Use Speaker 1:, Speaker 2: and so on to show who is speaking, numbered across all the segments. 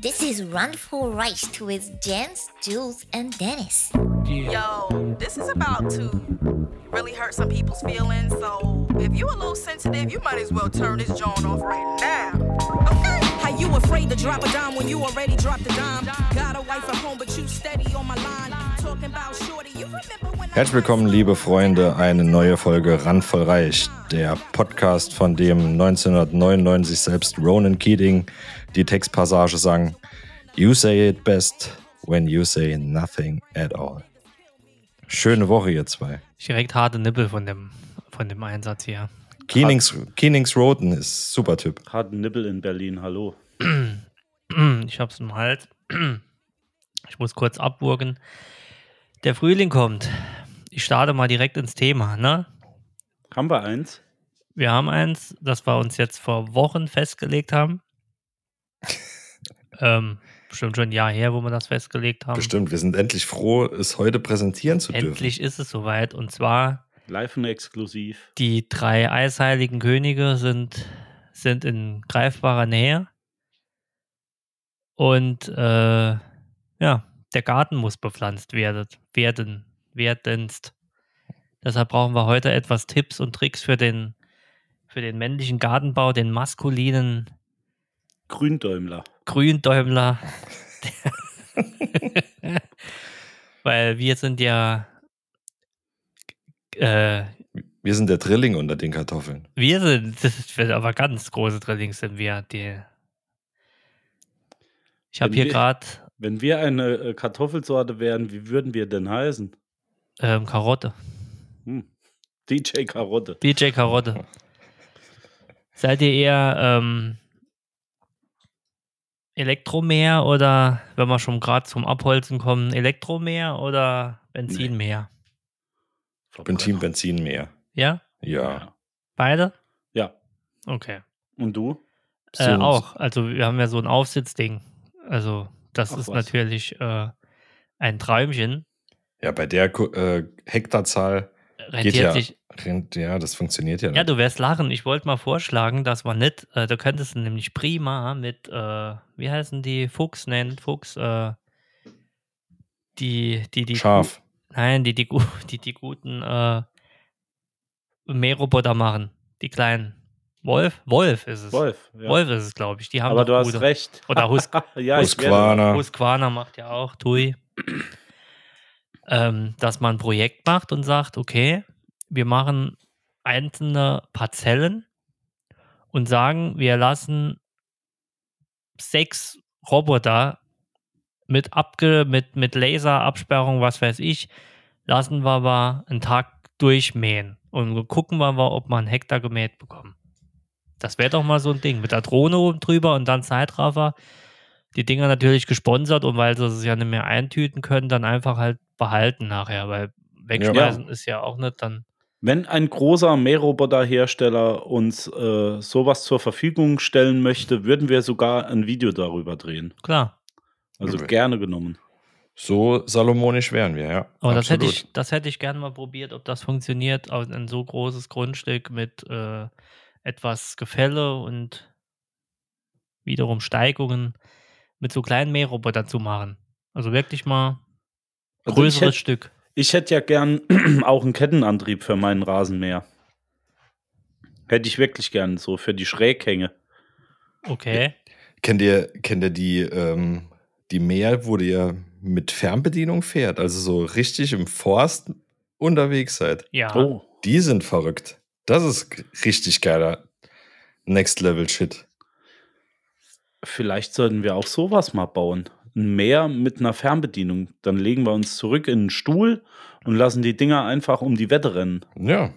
Speaker 1: This is Run for Rice with Jens, Jules, and Dennis.
Speaker 2: Yo, this is about to really hurt some people's feelings. So if you a little sensitive, you might as well turn this joint off right now. Okay?
Speaker 3: How you afraid to drop a dime when you already dropped a dime? Got a wife at home, but you steady on my line. Talking about shorty, you remember when I-
Speaker 4: Herzlich willkommen, liebe Freunde, eine neue Folge Randvoll Reich, der Podcast, von dem 1999 selbst Ronan Keating die Textpassage sang: You say it best when you say nothing at all. Schöne Woche, ihr zwei.
Speaker 5: Direkt harte Nippel von dem, von dem Einsatz hier.
Speaker 4: Keenings, Keenings Roten ist super Typ.
Speaker 6: Harten Nippel in Berlin, hallo.
Speaker 5: Ich hab's im Hals. Ich muss kurz abwurgen. Der Frühling kommt. Ich starte mal direkt ins Thema. Ne?
Speaker 6: Haben wir eins?
Speaker 5: Wir haben eins, das wir uns jetzt vor Wochen festgelegt haben. ähm, bestimmt schon ein Jahr her, wo wir das festgelegt haben.
Speaker 4: Bestimmt, wir sind endlich froh, es heute präsentieren zu dürfen.
Speaker 5: Endlich ist es soweit. Und zwar
Speaker 6: Live und exklusiv.
Speaker 5: Die drei eisheiligen Könige sind, sind in greifbarer Nähe. Und äh, ja, der Garten muss bepflanzt werden, werden, werdenst. Deshalb brauchen wir heute etwas Tipps und Tricks für den, für den männlichen Gartenbau, den maskulinen
Speaker 6: Gründäumler.
Speaker 5: Gründäumler. Weil wir sind ja äh,
Speaker 4: Wir sind der Drilling unter den Kartoffeln.
Speaker 5: Wir sind, das wird aber ganz große Drillings sind wir. Die ich habe
Speaker 6: Wenn
Speaker 5: hier
Speaker 6: wir-
Speaker 5: gerade
Speaker 6: Wenn wir eine äh, Kartoffelsorte wären, wie würden wir denn heißen?
Speaker 5: ähm, Karotte.
Speaker 6: Hm. DJ Karotte.
Speaker 5: DJ Karotte. Seid ihr eher ähm, Elektromeer oder, wenn wir schon gerade zum Abholzen kommen, Elektromeer oder Benzinmeer?
Speaker 4: Ich bin Team Benzin mehr.
Speaker 5: Ja?
Speaker 4: Ja.
Speaker 5: Beide?
Speaker 6: Ja.
Speaker 5: Okay.
Speaker 6: Und du?
Speaker 5: Äh,
Speaker 4: So-
Speaker 5: auch. Also wir haben ja so ein Aufsitzding. Also das
Speaker 6: Ach
Speaker 5: ist
Speaker 6: was.
Speaker 5: natürlich äh, ein Träumchen.
Speaker 4: Ja, bei der Ku- äh, Hektarzahl
Speaker 5: Rentiert
Speaker 4: ja.
Speaker 5: sich
Speaker 4: rennt, ja, das funktioniert ja nicht.
Speaker 5: Ja, du wirst lachen. Ich wollte mal vorschlagen, dass man nicht, äh, du könntest ihn nämlich prima mit, äh, wie heißen die, Fuchs nennen, Fuchs, äh, die, die, die.
Speaker 4: Scharf.
Speaker 5: Nein, die, die, gu- die, die guten, äh, Meerroboter machen. Die kleinen. Wolf? Wolf ist es.
Speaker 6: Wolf. Ja.
Speaker 5: Wolf ist es, glaube ich. Die haben
Speaker 6: Aber
Speaker 5: doch
Speaker 6: du hast
Speaker 5: gute-
Speaker 6: recht.
Speaker 5: Oder Hus
Speaker 6: ja, ich werde.
Speaker 4: Husqvarna.
Speaker 5: Husqvarna macht ja auch, Tui. ähm, dass man ein Projekt macht und sagt, okay, wir machen einzelne Parzellen und sagen, wir lassen sechs Roboter mit, abge mit, mit Laserabsperrung, was weiß ich, lassen wir aber einen Tag durchmähen und gucken wir mal, ob wir einen Hektar gemäht bekommen. Das wäre doch mal so ein Ding. Mit der Drohne oben drüber und dann Zeitraffer. Die Dinger natürlich gesponsert und weil sie es ja nicht mehr eintüten können, dann einfach halt behalten nachher, weil wegschmeißen ist ja auch nicht dann.
Speaker 6: Wenn ein großer Mähroboter-Hersteller uns äh, sowas zur Verfügung stellen möchte, würden wir sogar ein Video darüber drehen.
Speaker 5: Klar.
Speaker 6: Also
Speaker 4: Okay.
Speaker 6: gerne genommen.
Speaker 4: So salomonisch wären wir, ja.
Speaker 5: Aber Oh, das hätte, ich, das hätte ich gerne mal probiert, ob das funktioniert, auf ein so großes Grundstück mit äh, etwas Gefälle und wiederum Steigungen mit so kleinen Mährobotern zu machen. Also wirklich mal
Speaker 6: Also ich
Speaker 5: größeres
Speaker 6: hätte-
Speaker 5: Stück.
Speaker 6: Ich hätte ja gern auch einen Kettenantrieb für meinen Rasenmäher. Hätte ich wirklich gern, so für die Schräghänge.
Speaker 5: Okay.
Speaker 4: Kennt ihr, kennt ihr die, ähm, die Meer, wo ihr mit Fernbedienung fährt, also so richtig im Forst unterwegs seid?
Speaker 5: Ja.
Speaker 6: Oh,
Speaker 4: Die sind verrückt. Das ist g- richtig geiler Next Level Shit.
Speaker 6: vielleicht sollten wir auch sowas mal bauen. Ein Meer mit einer Fernbedienung. Dann legen wir uns zurück in einen Stuhl und lassen die Dinger einfach um die Wette rennen.
Speaker 4: Ja,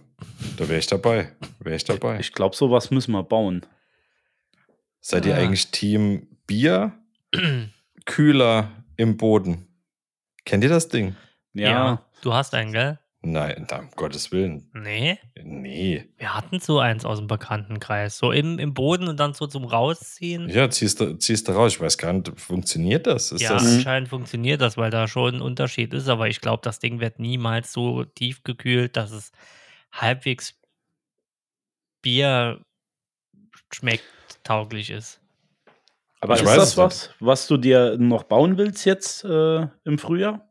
Speaker 4: da wäre ich dabei. Wäre ich dabei.
Speaker 6: Ich glaube, sowas müssen wir bauen.
Speaker 4: Seid ihr
Speaker 5: Ah.
Speaker 4: eigentlich Team Bier, Kühler im Boden? Kennt ihr das Ding?
Speaker 6: Ja,
Speaker 5: Du hast einen, gell?
Speaker 4: Nein, da, um Gottes Willen.
Speaker 5: Nee.
Speaker 4: Nee.
Speaker 5: Wir hatten so eins aus dem Bekanntenkreis. So im, im Boden und dann so zum Rausziehen.
Speaker 4: Ja, ziehst du, ziehst du raus. Ich weiß gar nicht, funktioniert das? Ist
Speaker 5: ja,
Speaker 4: das
Speaker 5: anscheinend funktioniert das, weil da schon ein Unterschied ist, aber ich glaube, das Ding wird niemals so tief gekühlt, dass es halbwegs Bier schmeckt tauglich ist.
Speaker 6: Aber
Speaker 4: Ich
Speaker 6: ist
Speaker 4: weiß
Speaker 6: das
Speaker 4: es
Speaker 6: was, was du dir noch bauen willst jetzt äh, im Frühjahr?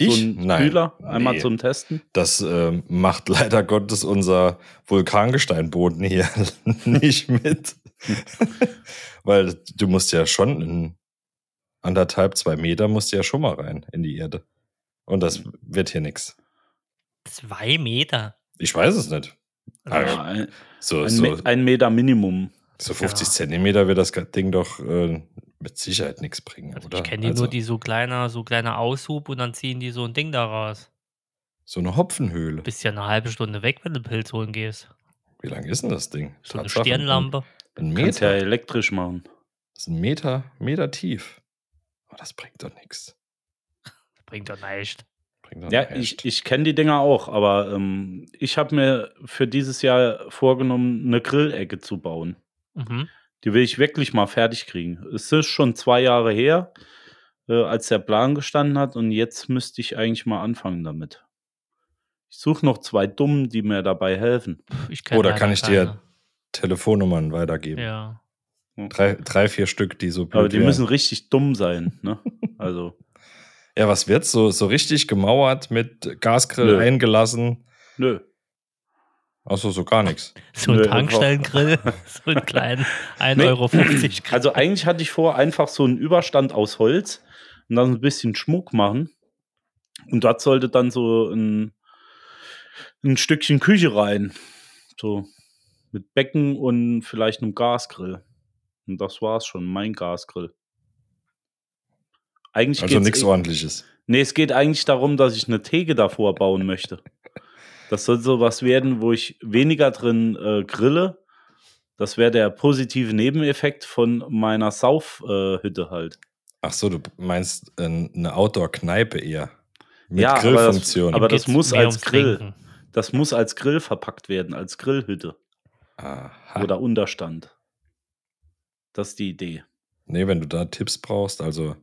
Speaker 6: So ein
Speaker 4: Nein.
Speaker 6: Kühler, einmal
Speaker 4: Nee.
Speaker 6: zum Testen.
Speaker 4: Das ähm, macht leider Gottes unser Vulkangesteinboden hier nicht mit. Weil du musst ja schon in anderthalb, zwei Meter musst du ja schon mal rein in die Erde. Und das wird hier nichts.
Speaker 5: Zwei Meter.
Speaker 4: Ich weiß es nicht. Also,
Speaker 6: Ja, ein,
Speaker 4: So,
Speaker 6: ein,
Speaker 4: so,
Speaker 6: Me- ein Meter Minimum.
Speaker 4: so 50
Speaker 5: Ja.
Speaker 4: Zentimeter wird das Ding doch äh, mit Sicherheit nichts bringen,
Speaker 5: Also
Speaker 4: oder?
Speaker 5: ich kenne die
Speaker 4: Also,
Speaker 5: nur, die so kleiner, so kleiner Aushub und dann ziehen die so ein Ding da raus.
Speaker 4: So eine Hopfenhöhle.
Speaker 5: Bist ja eine halbe Stunde weg, wenn du Pilz holen gehst.
Speaker 4: Wie lang ist denn das Ding?
Speaker 5: So eine
Speaker 4: Tatsache,
Speaker 5: Stirnlampe.
Speaker 4: Ein ein
Speaker 6: Kannst ja
Speaker 4: Meter.
Speaker 6: elektrisch machen.
Speaker 4: Das ist ein Meter, Meter tief. Aber das bringt doch nichts.
Speaker 5: Bringt doch nichts.
Speaker 4: Bringt doch
Speaker 6: Ja,
Speaker 4: nichts.
Speaker 6: ich, ich kenne die Dinger auch, aber ähm, ich habe mir für dieses Jahr vorgenommen, eine Grillecke zu bauen.
Speaker 5: Mhm.
Speaker 6: Die will ich wirklich mal fertig kriegen. Es ist schon zwei Jahre her, äh, als der Plan gestanden hat und jetzt müsste ich eigentlich mal anfangen damit. Ich suche noch zwei Dummen, die mir dabei helfen.
Speaker 5: Pff, Ich kenn
Speaker 4: Oder
Speaker 5: leider
Speaker 4: kann ich dir
Speaker 5: keine.
Speaker 4: Telefonnummern weitergeben.
Speaker 5: Ja.
Speaker 4: Drei, drei, vier Stück, die so blöd
Speaker 6: Aber die
Speaker 4: wären.
Speaker 6: müssen richtig dumm sein, ne? Also,
Speaker 4: Ja, was wird's? So, so richtig gemauert mit Gasgrill
Speaker 6: Nö.
Speaker 4: eingelassen.
Speaker 6: nö.
Speaker 4: Achso, so gar nichts.
Speaker 5: So ein
Speaker 6: Nö,
Speaker 5: Tankstellengrill, so einen kleinen 1,50
Speaker 6: Nee.
Speaker 5: Euro Grill.
Speaker 6: Also eigentlich hatte ich vor, einfach so einen Überstand aus Holz und dann ein bisschen Schmuck machen. Und dort sollte dann so ein, ein Stückchen Küche rein. So mit Becken und vielleicht einem Gasgrill. Und das war's schon, mein Gasgrill. Eigentlich
Speaker 4: Also
Speaker 6: geht's
Speaker 4: nichts
Speaker 6: eh-
Speaker 4: ordentliches.
Speaker 6: Nee, es geht eigentlich darum, dass ich eine Theke davor bauen möchte. Das soll sowas werden, wo ich weniger drin äh, grille. Das wäre der positive Nebeneffekt von meiner Saufhütte äh, Hütte halt.
Speaker 4: Achso, du meinst äh, eine Outdoor-Kneipe eher. Mit
Speaker 6: Ja, aber das-
Speaker 4: Grillfunktion.
Speaker 6: aber- das
Speaker 5: Geht's
Speaker 6: muss
Speaker 5: mehr
Speaker 6: als
Speaker 5: ums
Speaker 6: Grill.
Speaker 5: Trinken.
Speaker 6: Das muss als Grill verpackt werden, als Grillhütte
Speaker 5: Ah.
Speaker 4: Aha.
Speaker 6: oder Unterstand. Das ist die Idee.
Speaker 4: Nee, Ne, wenn du da Tipps brauchst, also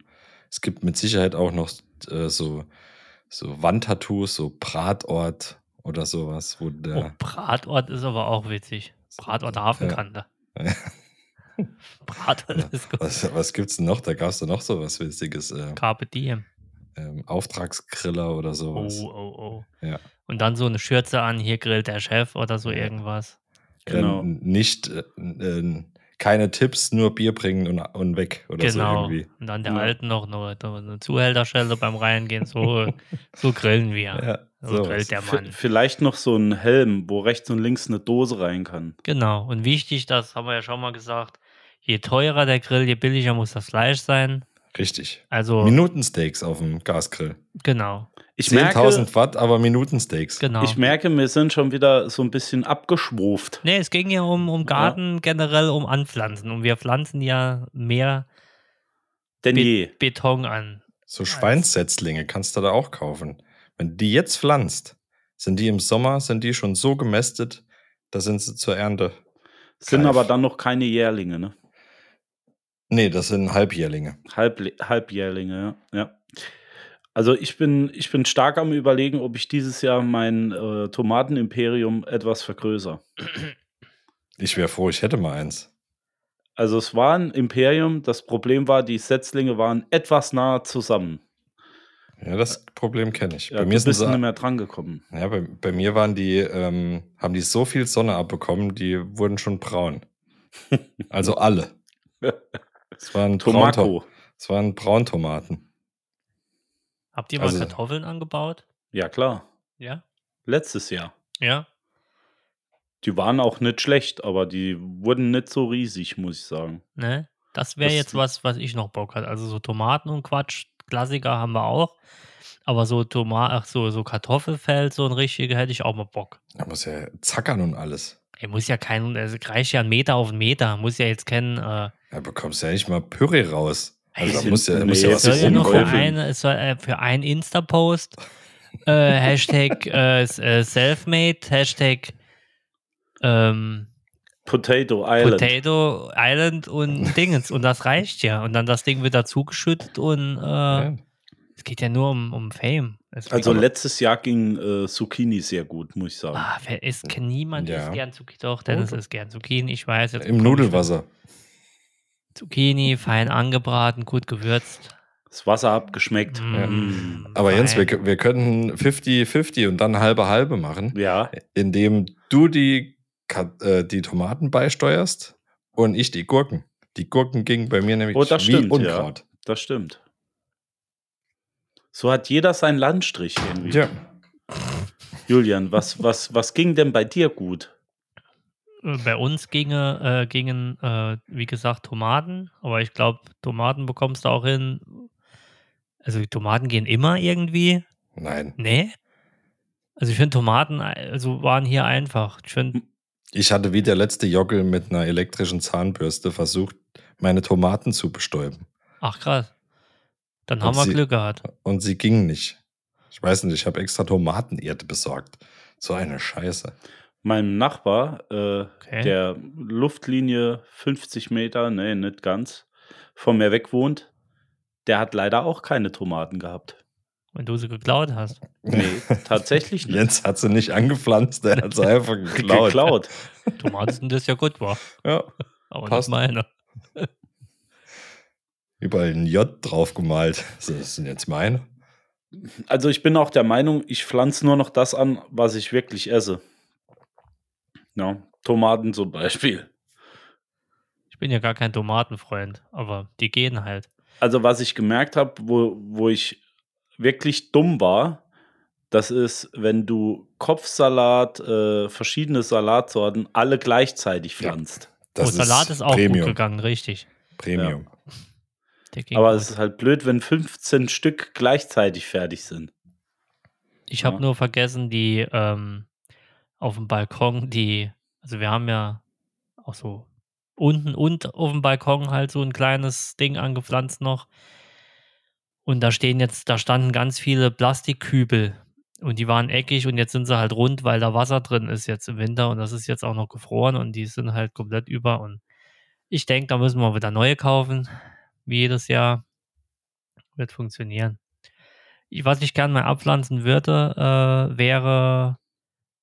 Speaker 4: es gibt mit Sicherheit auch noch äh, so, so Wandtattoos, so Bratort oder sowas, wo
Speaker 5: Oh,
Speaker 4: der.
Speaker 5: Bratort ist aber auch witzig. Bratort der Hafenkante.
Speaker 4: Ja.
Speaker 5: Bratort ist gut.
Speaker 4: Was, was gibt's denn noch? Da gab's da noch sowas Witziges. Äh,
Speaker 5: Carpe diem.
Speaker 4: ähm, Auftragsgriller oder
Speaker 5: Oh,
Speaker 4: sowas.
Speaker 5: oh, oh.
Speaker 4: Ja.
Speaker 5: Und dann so eine Schürze an, hier grillt der Chef oder so
Speaker 4: Ja.
Speaker 5: irgendwas.
Speaker 6: Genau.
Speaker 4: Äh, nicht, äh, äh, keine Tipps, nur Bier bringen und, und weg oder
Speaker 5: genau.
Speaker 4: so irgendwie.
Speaker 5: Und dann der
Speaker 6: Ja.
Speaker 5: Alten noch eine, eine Zuhälterschelle beim Reingehen. So, so grillen wir.
Speaker 4: Ja,
Speaker 5: so
Speaker 4: sowas.
Speaker 5: grillt der
Speaker 6: V-
Speaker 5: Mann.
Speaker 6: Vielleicht noch so ein Helm, wo rechts und links eine Dose rein kann.
Speaker 5: Genau. Und wichtig, das haben wir ja schon mal gesagt, je teurer der Grill, je billiger muss das Fleisch sein.
Speaker 4: Richtig.
Speaker 5: Also,
Speaker 4: Minutensteaks auf dem Gasgrill.
Speaker 5: genau.
Speaker 6: Ich merke,
Speaker 4: 10.000 Watt, aber Minutensteaks.
Speaker 5: genau.
Speaker 6: ich merke, wir sind schon wieder so ein bisschen abgeschwuft.
Speaker 5: Nee, es ging ja um, um Garten generell, um Anpflanzen. Und wir pflanzen ja mehr
Speaker 6: Denn
Speaker 5: Be-
Speaker 6: je.
Speaker 5: Beton an.
Speaker 6: Ah,
Speaker 4: So Schweinssetzlinge kannst du da auch kaufen. Wenn du die jetzt pflanzt, sind die im Sommer, sind die schon so gemästet, da sind sie zur Ernte.
Speaker 6: Sind
Speaker 4: Greif.
Speaker 6: aber dann noch keine Jährlinge, ne?
Speaker 4: Nee, das sind Halbjährlinge.
Speaker 6: Halb, Halbjährlinge, ja. ja. Also ich bin, ich bin stark am überlegen, ob ich dieses Jahr mein äh, Tomatenimperium etwas vergrößere.
Speaker 4: Ich wäre froh, ich hätte mal eins.
Speaker 6: Also es war ein Imperium, das Problem war, die Setzlinge waren etwas nah zusammen.
Speaker 4: Ja, das Problem kenne ich.
Speaker 6: Ja,
Speaker 4: bei, mir
Speaker 6: du
Speaker 4: sind
Speaker 6: bist
Speaker 4: sie,
Speaker 6: nicht mehr dran gekommen.
Speaker 4: ja, bei, bei mir waren die, ähm, haben die so viel Sonne abbekommen, die wurden schon braun. Also alle. Es waren, Braunto
Speaker 6: Tomako.
Speaker 4: es waren Brauntomaten.
Speaker 5: Habt ihr mal
Speaker 4: Also-
Speaker 5: Kartoffeln angebaut?
Speaker 6: Ja, klar.
Speaker 5: Ja.
Speaker 6: Letztes Jahr.
Speaker 5: Ja.
Speaker 6: Die waren auch nicht schlecht, aber die wurden nicht so riesig, muss ich sagen.
Speaker 5: Ne? Das wäre
Speaker 6: Das-
Speaker 5: jetzt was, was ich noch Bock hatte. Also so Tomaten und Quatsch, Klassiker haben wir auch. Aber so Toma ach so, so Kartoffelfeld, so ein richtiger, hätte ich auch mal Bock.
Speaker 4: Da muss ja zackern und alles.
Speaker 5: Ey, muss ja kein, also reicht ja ein Meter auf einen Meter, muss ja jetzt kennen. Äh,
Speaker 4: Da bekommst du ja nicht mal Püree raus.
Speaker 5: Ey,
Speaker 4: Also da
Speaker 6: sind-
Speaker 4: muss ja, muss ja
Speaker 6: nee,
Speaker 5: es
Speaker 4: was
Speaker 5: soll ja nur für
Speaker 6: rumhäufeln.
Speaker 5: eine, es soll äh, für einen Insta-Post äh, Hashtag äh, s- äh, Selfmade, Hashtag ähm,
Speaker 6: Potato Island.
Speaker 5: Potato Island und Dingens. Und das reicht ja. Und dann das Ding wird dazu geschüttet und äh,
Speaker 6: Ah.
Speaker 4: Ja.
Speaker 5: es geht ja nur um, um Fame. Es-
Speaker 6: also
Speaker 5: aber-
Speaker 6: letztes Jahr ging äh, Zucchini sehr gut, muss ich sagen.
Speaker 5: Ah, wer ist, kann niemand
Speaker 4: Ja. Oh.
Speaker 5: ist gern Zucchini. Doch, Dennis ist gern Zucchini. Ich weiß jetzt.
Speaker 4: Im Nudelwasser.
Speaker 5: Zucchini, fein angebraten, gut gewürzt.
Speaker 6: Das Wasser abgeschmeckt.
Speaker 5: Mm,
Speaker 6: Mm.
Speaker 4: Aber Jens,
Speaker 5: fein.
Speaker 4: wir, wir könnten 50-50 und dann halbe halbe machen,
Speaker 6: Ja,
Speaker 4: indem du die, Ka- äh, die Tomaten beisteuerst und ich die Gurken. Die Gurken gingen bei mir nämlich
Speaker 6: Oh, das
Speaker 4: wie
Speaker 6: stimmt, ja.
Speaker 4: Unkraut.
Speaker 6: das stimmt. So hat jeder seinen Landstrich irgendwie.
Speaker 4: Tja,
Speaker 6: Julian, was, was, was ging denn bei dir gut?
Speaker 5: Äh, Bei uns ginge, äh, gingen, äh, wie gesagt, Tomaten, aber ich glaube, Tomaten bekommst du auch hin. Also die Tomaten gehen immer irgendwie.
Speaker 4: nein.
Speaker 5: Nee. Also ich finde Tomaten, äh, also waren hier einfach. Ich finde,
Speaker 4: Ich hatte wie der letzte Jockel mit einer elektrischen Zahnbürste versucht, meine Tomaten zu bestäuben.
Speaker 5: ach krass. Dann
Speaker 4: Und
Speaker 5: haben wir
Speaker 4: sie-
Speaker 5: Glück gehabt.
Speaker 4: Und sie gingen nicht. Ich weiß nicht, ich habe extra Tomatenerde besorgt. So eine Scheiße.
Speaker 6: Meinem Nachbar, äh,
Speaker 5: Okay.
Speaker 6: der Luftlinie 50 Meter, nee, nicht ganz, von mir weg wohnt, der hat leider auch keine Tomaten gehabt.
Speaker 5: Wenn du sie geklaut hast.
Speaker 6: Nee, tatsächlich nicht.
Speaker 4: Jens hat sie nicht angepflanzt, er hat sie einfach geklaut.
Speaker 6: Geklaut.
Speaker 5: Tomaten, das ja gut war.
Speaker 4: Ja,
Speaker 5: Aber
Speaker 4: Passt.
Speaker 5: nicht meine.
Speaker 4: überall ein J drauf gemalt. So, das sind jetzt meine.
Speaker 6: Also ich bin auch der Meinung, ich pflanze nur noch das an, was ich wirklich esse. Ja, Tomaten zum Beispiel.
Speaker 5: Ich bin ja gar kein Tomatenfreund, aber die gehen halt.
Speaker 6: Also was ich gemerkt habe, wo, wo ich wirklich dumm war, das ist, wenn du Kopfsalat, äh, verschiedene Salatsorten alle gleichzeitig
Speaker 4: Ja.
Speaker 6: pflanzt.
Speaker 4: Das
Speaker 5: oh, Salat ist auch
Speaker 4: Premium.
Speaker 5: gut gegangen, richtig.
Speaker 4: Premium.
Speaker 5: Der ging
Speaker 6: Aber
Speaker 5: gut.
Speaker 6: es ist halt blöd, wenn 15 Stück gleichzeitig fertig sind.
Speaker 5: Ich habe
Speaker 6: Ja.
Speaker 5: nur vergessen, die ähm, auf dem Balkon, die, also wir haben ja auch so unten und auf dem Balkon halt so ein kleines Ding angepflanzt noch. Und da stehen jetzt, da standen ganz viele Plastikkübel und die waren eckig und jetzt sind sie halt rund, weil da Wasser drin ist jetzt im Winter und das ist jetzt auch noch gefroren und die sind halt komplett über und ich denke, da müssen wir wieder neue kaufen. Wie jedes Jahr wird funktionieren. Ich- was ich gerne mal abpflanzen würde, äh, wäre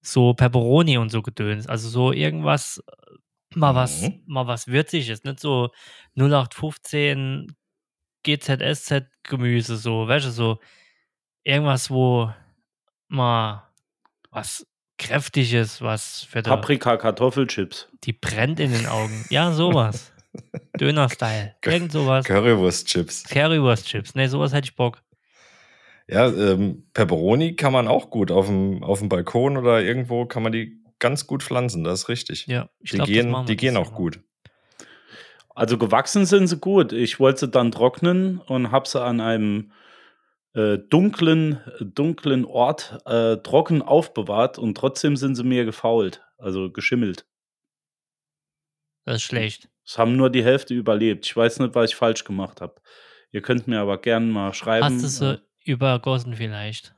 Speaker 5: so Pepperoni und so Gedöns. Also so irgendwas, äh, mal was,
Speaker 4: Mhm.
Speaker 5: mal was Würziges, nicht so 0815 GZSZ-Gemüse, so, weißt du, so irgendwas, wo mal was Kräftiges, was für die-
Speaker 6: Paprika, Kartoffelchips.
Speaker 5: die brennt in den Augen. Ja, sowas. Döner-Style. Irgend sowas.
Speaker 4: Currywurst-Chips.
Speaker 5: Currywurst-Chips. Ne, sowas hätte ich Bock.
Speaker 4: Ja, ähm, Peperoni kann man auch gut auf dem, auf dem Balkon oder irgendwo kann man die ganz gut pflanzen, das ist richtig.
Speaker 5: Ja, ich
Speaker 4: die
Speaker 5: glaub, das
Speaker 4: gehen,
Speaker 5: machen wir
Speaker 4: die gehen
Speaker 5: dieses
Speaker 4: auch
Speaker 5: Jahr.
Speaker 4: gut.
Speaker 6: Also gewachsen sind sie gut. Ich wollte sie dann trocknen und habe sie an einem äh, dunklen, dunklen Ort äh, trocken aufbewahrt und trotzdem sind sie mir gefault, also geschimmelt.
Speaker 5: Das ist schlecht.
Speaker 6: Es haben nur die Hälfte überlebt. Ich weiß nicht, was ich falsch gemacht habe. Ihr könnt mir aber gerne mal schreiben.
Speaker 5: Hast du sie übergossen vielleicht?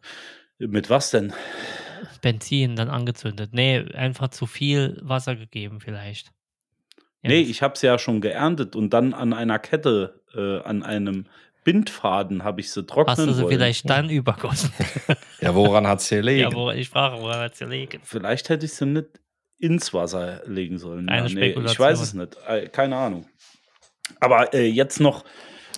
Speaker 6: äh, mit was denn?
Speaker 5: Benzin dann angezündet. Nee, einfach zu viel Wasser gegeben vielleicht. Ja,
Speaker 6: Nee, ich habe sie ja schon geerntet und dann an einer Kette, äh, an einem Bindfaden habe ich sie trocknen
Speaker 5: Hast du sie
Speaker 6: wollen.
Speaker 5: vielleicht dann übergossen?
Speaker 4: Ja, woran hat es hier
Speaker 5: ja,
Speaker 4: liegen?
Speaker 5: wo ich frage, woran hat sie liegen?
Speaker 6: Vielleicht hätte ich sie nicht ins Wasser legen sollen.
Speaker 5: Eine
Speaker 6: ich
Speaker 5: Spekulation.
Speaker 6: weiß es nicht. Äh, Keine Ahnung. Aber äh, jetzt noch,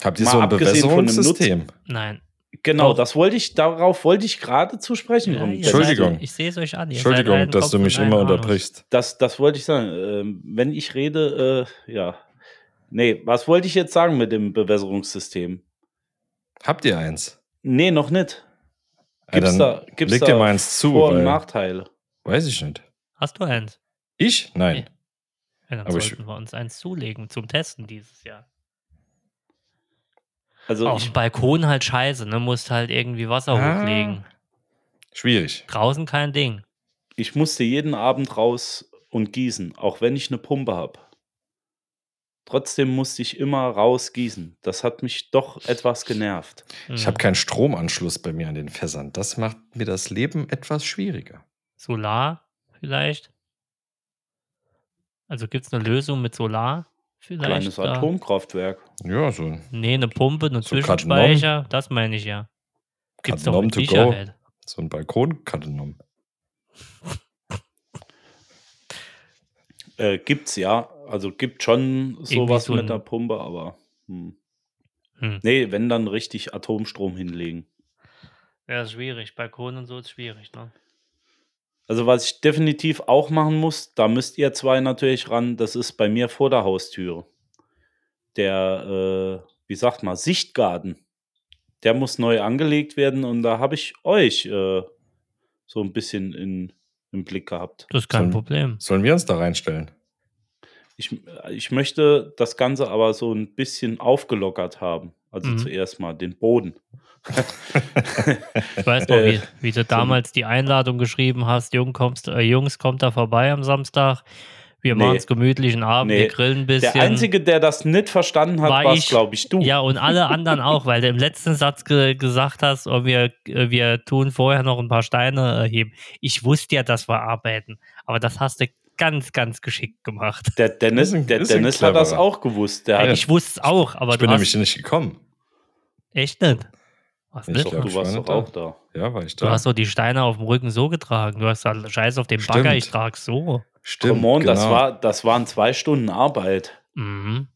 Speaker 4: Habt ihr
Speaker 6: Mal
Speaker 4: so ein
Speaker 6: abgesehen von dem Nutz-
Speaker 4: Bewässerungssystem?
Speaker 5: Nein.
Speaker 6: genau,
Speaker 5: Doch.
Speaker 6: das wollte ich, darauf wollte ich gerade zu sprechen
Speaker 5: Ja,
Speaker 6: kommen.
Speaker 5: ihr
Speaker 4: Entschuldigung.
Speaker 5: Seid, ich sehe es euch an. Ihr seid
Speaker 4: Entschuldigung,
Speaker 5: einen
Speaker 4: dass
Speaker 5: Kopf
Speaker 4: du
Speaker 5: und
Speaker 4: mich
Speaker 5: einen
Speaker 4: immer
Speaker 5: Anus.
Speaker 4: unterbrichst.
Speaker 6: Das, das wollte ich sagen. Ähm, wenn ich rede, äh, ja. Nee, was wollte ich jetzt sagen mit dem Bewässerungssystem?
Speaker 4: Habt ihr eins?
Speaker 6: Nee, noch nicht. Gibt's da- gibt's
Speaker 4: leg
Speaker 6: da
Speaker 4: dir mal eins zu,
Speaker 6: Vor- und
Speaker 4: weil,
Speaker 6: Nachteile.
Speaker 4: weiß ich nicht.
Speaker 5: Hast du eins?
Speaker 4: Ich? Nein.
Speaker 5: Ja, dann
Speaker 4: Aber ich-
Speaker 5: sollten wir uns eins zulegen zum Testen dieses Jahr.
Speaker 6: Also
Speaker 5: Auf
Speaker 6: ich,
Speaker 5: dem Balkon halt scheiße, ne? Musst halt irgendwie Wasser
Speaker 4: Ah.
Speaker 5: hochlegen.
Speaker 4: Schwierig.
Speaker 5: Draußen kein Ding.
Speaker 6: ich musste jeden Abend raus und gießen, auch wenn ich eine Pumpe habe. Trotzdem musste ich immer raus gießen. Das hat mich doch etwas genervt.
Speaker 4: Ich
Speaker 5: Hm.
Speaker 4: habe keinen Stromanschluss bei mir an den Fässern. Das macht mir das Leben etwas schwieriger.
Speaker 5: Solar vielleicht. Also gibt es eine Lösung mit Solar vielleicht?
Speaker 6: Kleines
Speaker 5: da?
Speaker 6: Atomkraftwerk.
Speaker 4: Ja, so.
Speaker 5: Nee, eine Pumpe, einen
Speaker 4: So
Speaker 5: Zwischenspeicher, das meine ich ja. Gibt's doch
Speaker 4: Kadenom
Speaker 5: mit
Speaker 4: to go.
Speaker 5: Sicherheit.
Speaker 4: So ein Balkonkadenom.
Speaker 6: Äh, gibt's ja. Also gibt schon sowas
Speaker 5: so ein-
Speaker 6: mit der Pumpe, aber. Hm.
Speaker 5: Hm.
Speaker 6: Nee, wenn dann richtig Atomstrom hinlegen.
Speaker 5: Ja, ist schwierig. Balkon und so ist schwierig, ne?
Speaker 6: Also, was ich definitiv auch machen muss, da müsst ihr zwei natürlich ran, das ist bei mir vor der Haustüre. Der, äh, wie sagt man, Sichtgarten. Der muss neu angelegt werden und da habe ich euch äh, so ein bisschen in, im Blick gehabt.
Speaker 5: Das ist kein
Speaker 4: So-
Speaker 5: Problem.
Speaker 4: Sollen wir uns da reinstellen?
Speaker 6: Ich, ich möchte das Ganze aber so ein bisschen aufgelockert haben. Also
Speaker 5: Mhm.
Speaker 6: zuerst mal den Boden.
Speaker 5: Ich weiß noch,
Speaker 6: Äh,
Speaker 5: wie, wie du damals die Einladung geschrieben hast, Jung kommst, äh, Jungs, kommt da vorbei am Samstag. Wir
Speaker 6: Nee.
Speaker 5: machen es gemütlich einen Abend,
Speaker 6: Nee.
Speaker 5: wir grillen ein bisschen.
Speaker 6: Der Einzige, der das nicht verstanden
Speaker 5: War
Speaker 6: hat, war
Speaker 5: ich.
Speaker 6: glaube ich, du.
Speaker 5: Ja, und alle anderen auch, weil du im letzten Satz ge gesagt hast, oh, wir, äh, wir tun vorher noch ein paar Steine äh, heben. Ich wusste ja, dass wir arbeiten, aber das hast du ganz, ganz geschickt gemacht.
Speaker 6: Der Dennis,
Speaker 4: Ist ein-
Speaker 6: der
Speaker 4: ist ein
Speaker 6: Dennis hat das
Speaker 4: cleverer.
Speaker 6: auch gewusst. Der hat
Speaker 5: ich wusste es auch, aber
Speaker 4: ich bin
Speaker 5: du
Speaker 4: nämlich
Speaker 5: hast
Speaker 4: nicht gekommen.
Speaker 5: echt nicht. Was
Speaker 4: Ich
Speaker 5: nicht?
Speaker 4: glaub,
Speaker 6: Du
Speaker 4: Ich
Speaker 6: warst
Speaker 4: war
Speaker 6: doch
Speaker 4: nicht
Speaker 6: auch da.
Speaker 4: Ja, war ich da.
Speaker 5: Du hast doch die Steine auf dem Rücken so getragen. Du hast gesagt, scheiß auf den
Speaker 4: Stimmt.
Speaker 5: Bagger, ich trage so.
Speaker 4: Stimmt,
Speaker 6: Come on, das,
Speaker 4: genau.
Speaker 6: war, das waren zwei Stunden Arbeit.
Speaker 5: Mhm.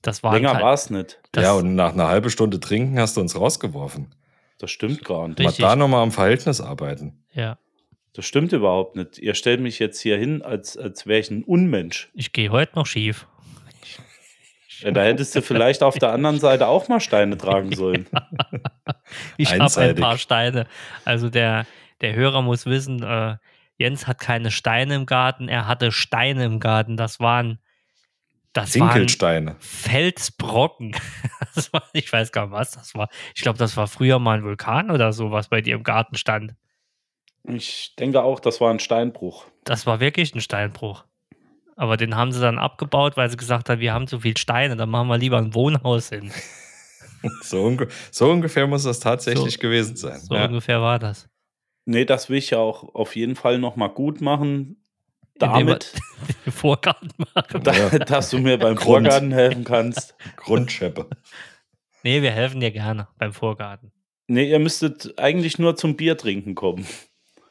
Speaker 5: Das war
Speaker 6: Länger
Speaker 5: halt,
Speaker 6: war es nicht.
Speaker 5: das,
Speaker 4: ja, und nach einer halben Stunde trinken hast du uns rausgeworfen.
Speaker 6: Das stimmt gar nicht.
Speaker 4: Mal
Speaker 5: Richtig.
Speaker 4: da nochmal am Verhältnis arbeiten.
Speaker 5: ja.
Speaker 6: Das stimmt überhaupt nicht. Ihr stellt mich jetzt hier hin, als, als wäre ich ein Unmensch.
Speaker 5: Ich gehe heute noch schief.
Speaker 6: Ja, Da hättest du vielleicht auf der anderen Seite auch mal Steine tragen sollen.
Speaker 5: Ich habe ein
Speaker 4: Einseitig.
Speaker 5: paar Steine. Also der, der Hörer muss wissen, äh, Jens hat keine Steine im Garten, er hatte Steine im Garten. Das waren, das waren
Speaker 4: Zinkelsteine.
Speaker 5: Felsbrocken. Das war, ich weiß gar nicht, was das war. Ich glaube, das war früher mal ein Vulkan oder so, was bei dir im Garten stand.
Speaker 6: Ich denke auch, das war ein Steinbruch.
Speaker 5: Das war wirklich ein Steinbruch. Aber den haben sie dann abgebaut, weil sie gesagt haben, wir haben zu viel Steine, dann machen wir lieber ein Wohnhaus hin.
Speaker 4: So, unge so ungefähr muss das tatsächlich
Speaker 5: So-
Speaker 4: gewesen sein.
Speaker 5: So
Speaker 4: ja.
Speaker 5: ungefähr war das.
Speaker 6: Nee, das will ich ja auch auf jeden Fall nochmal gut machen.
Speaker 5: Indem wir
Speaker 6: Damit,
Speaker 5: den Vorgarten machen.
Speaker 6: da, dass du mir beim
Speaker 4: Grund.
Speaker 6: Vorgarten helfen kannst.
Speaker 4: Grundscheppe.
Speaker 5: Nee, wir helfen dir gerne beim Vorgarten.
Speaker 6: Nee, ihr müsstet eigentlich nur zum Bier trinken kommen.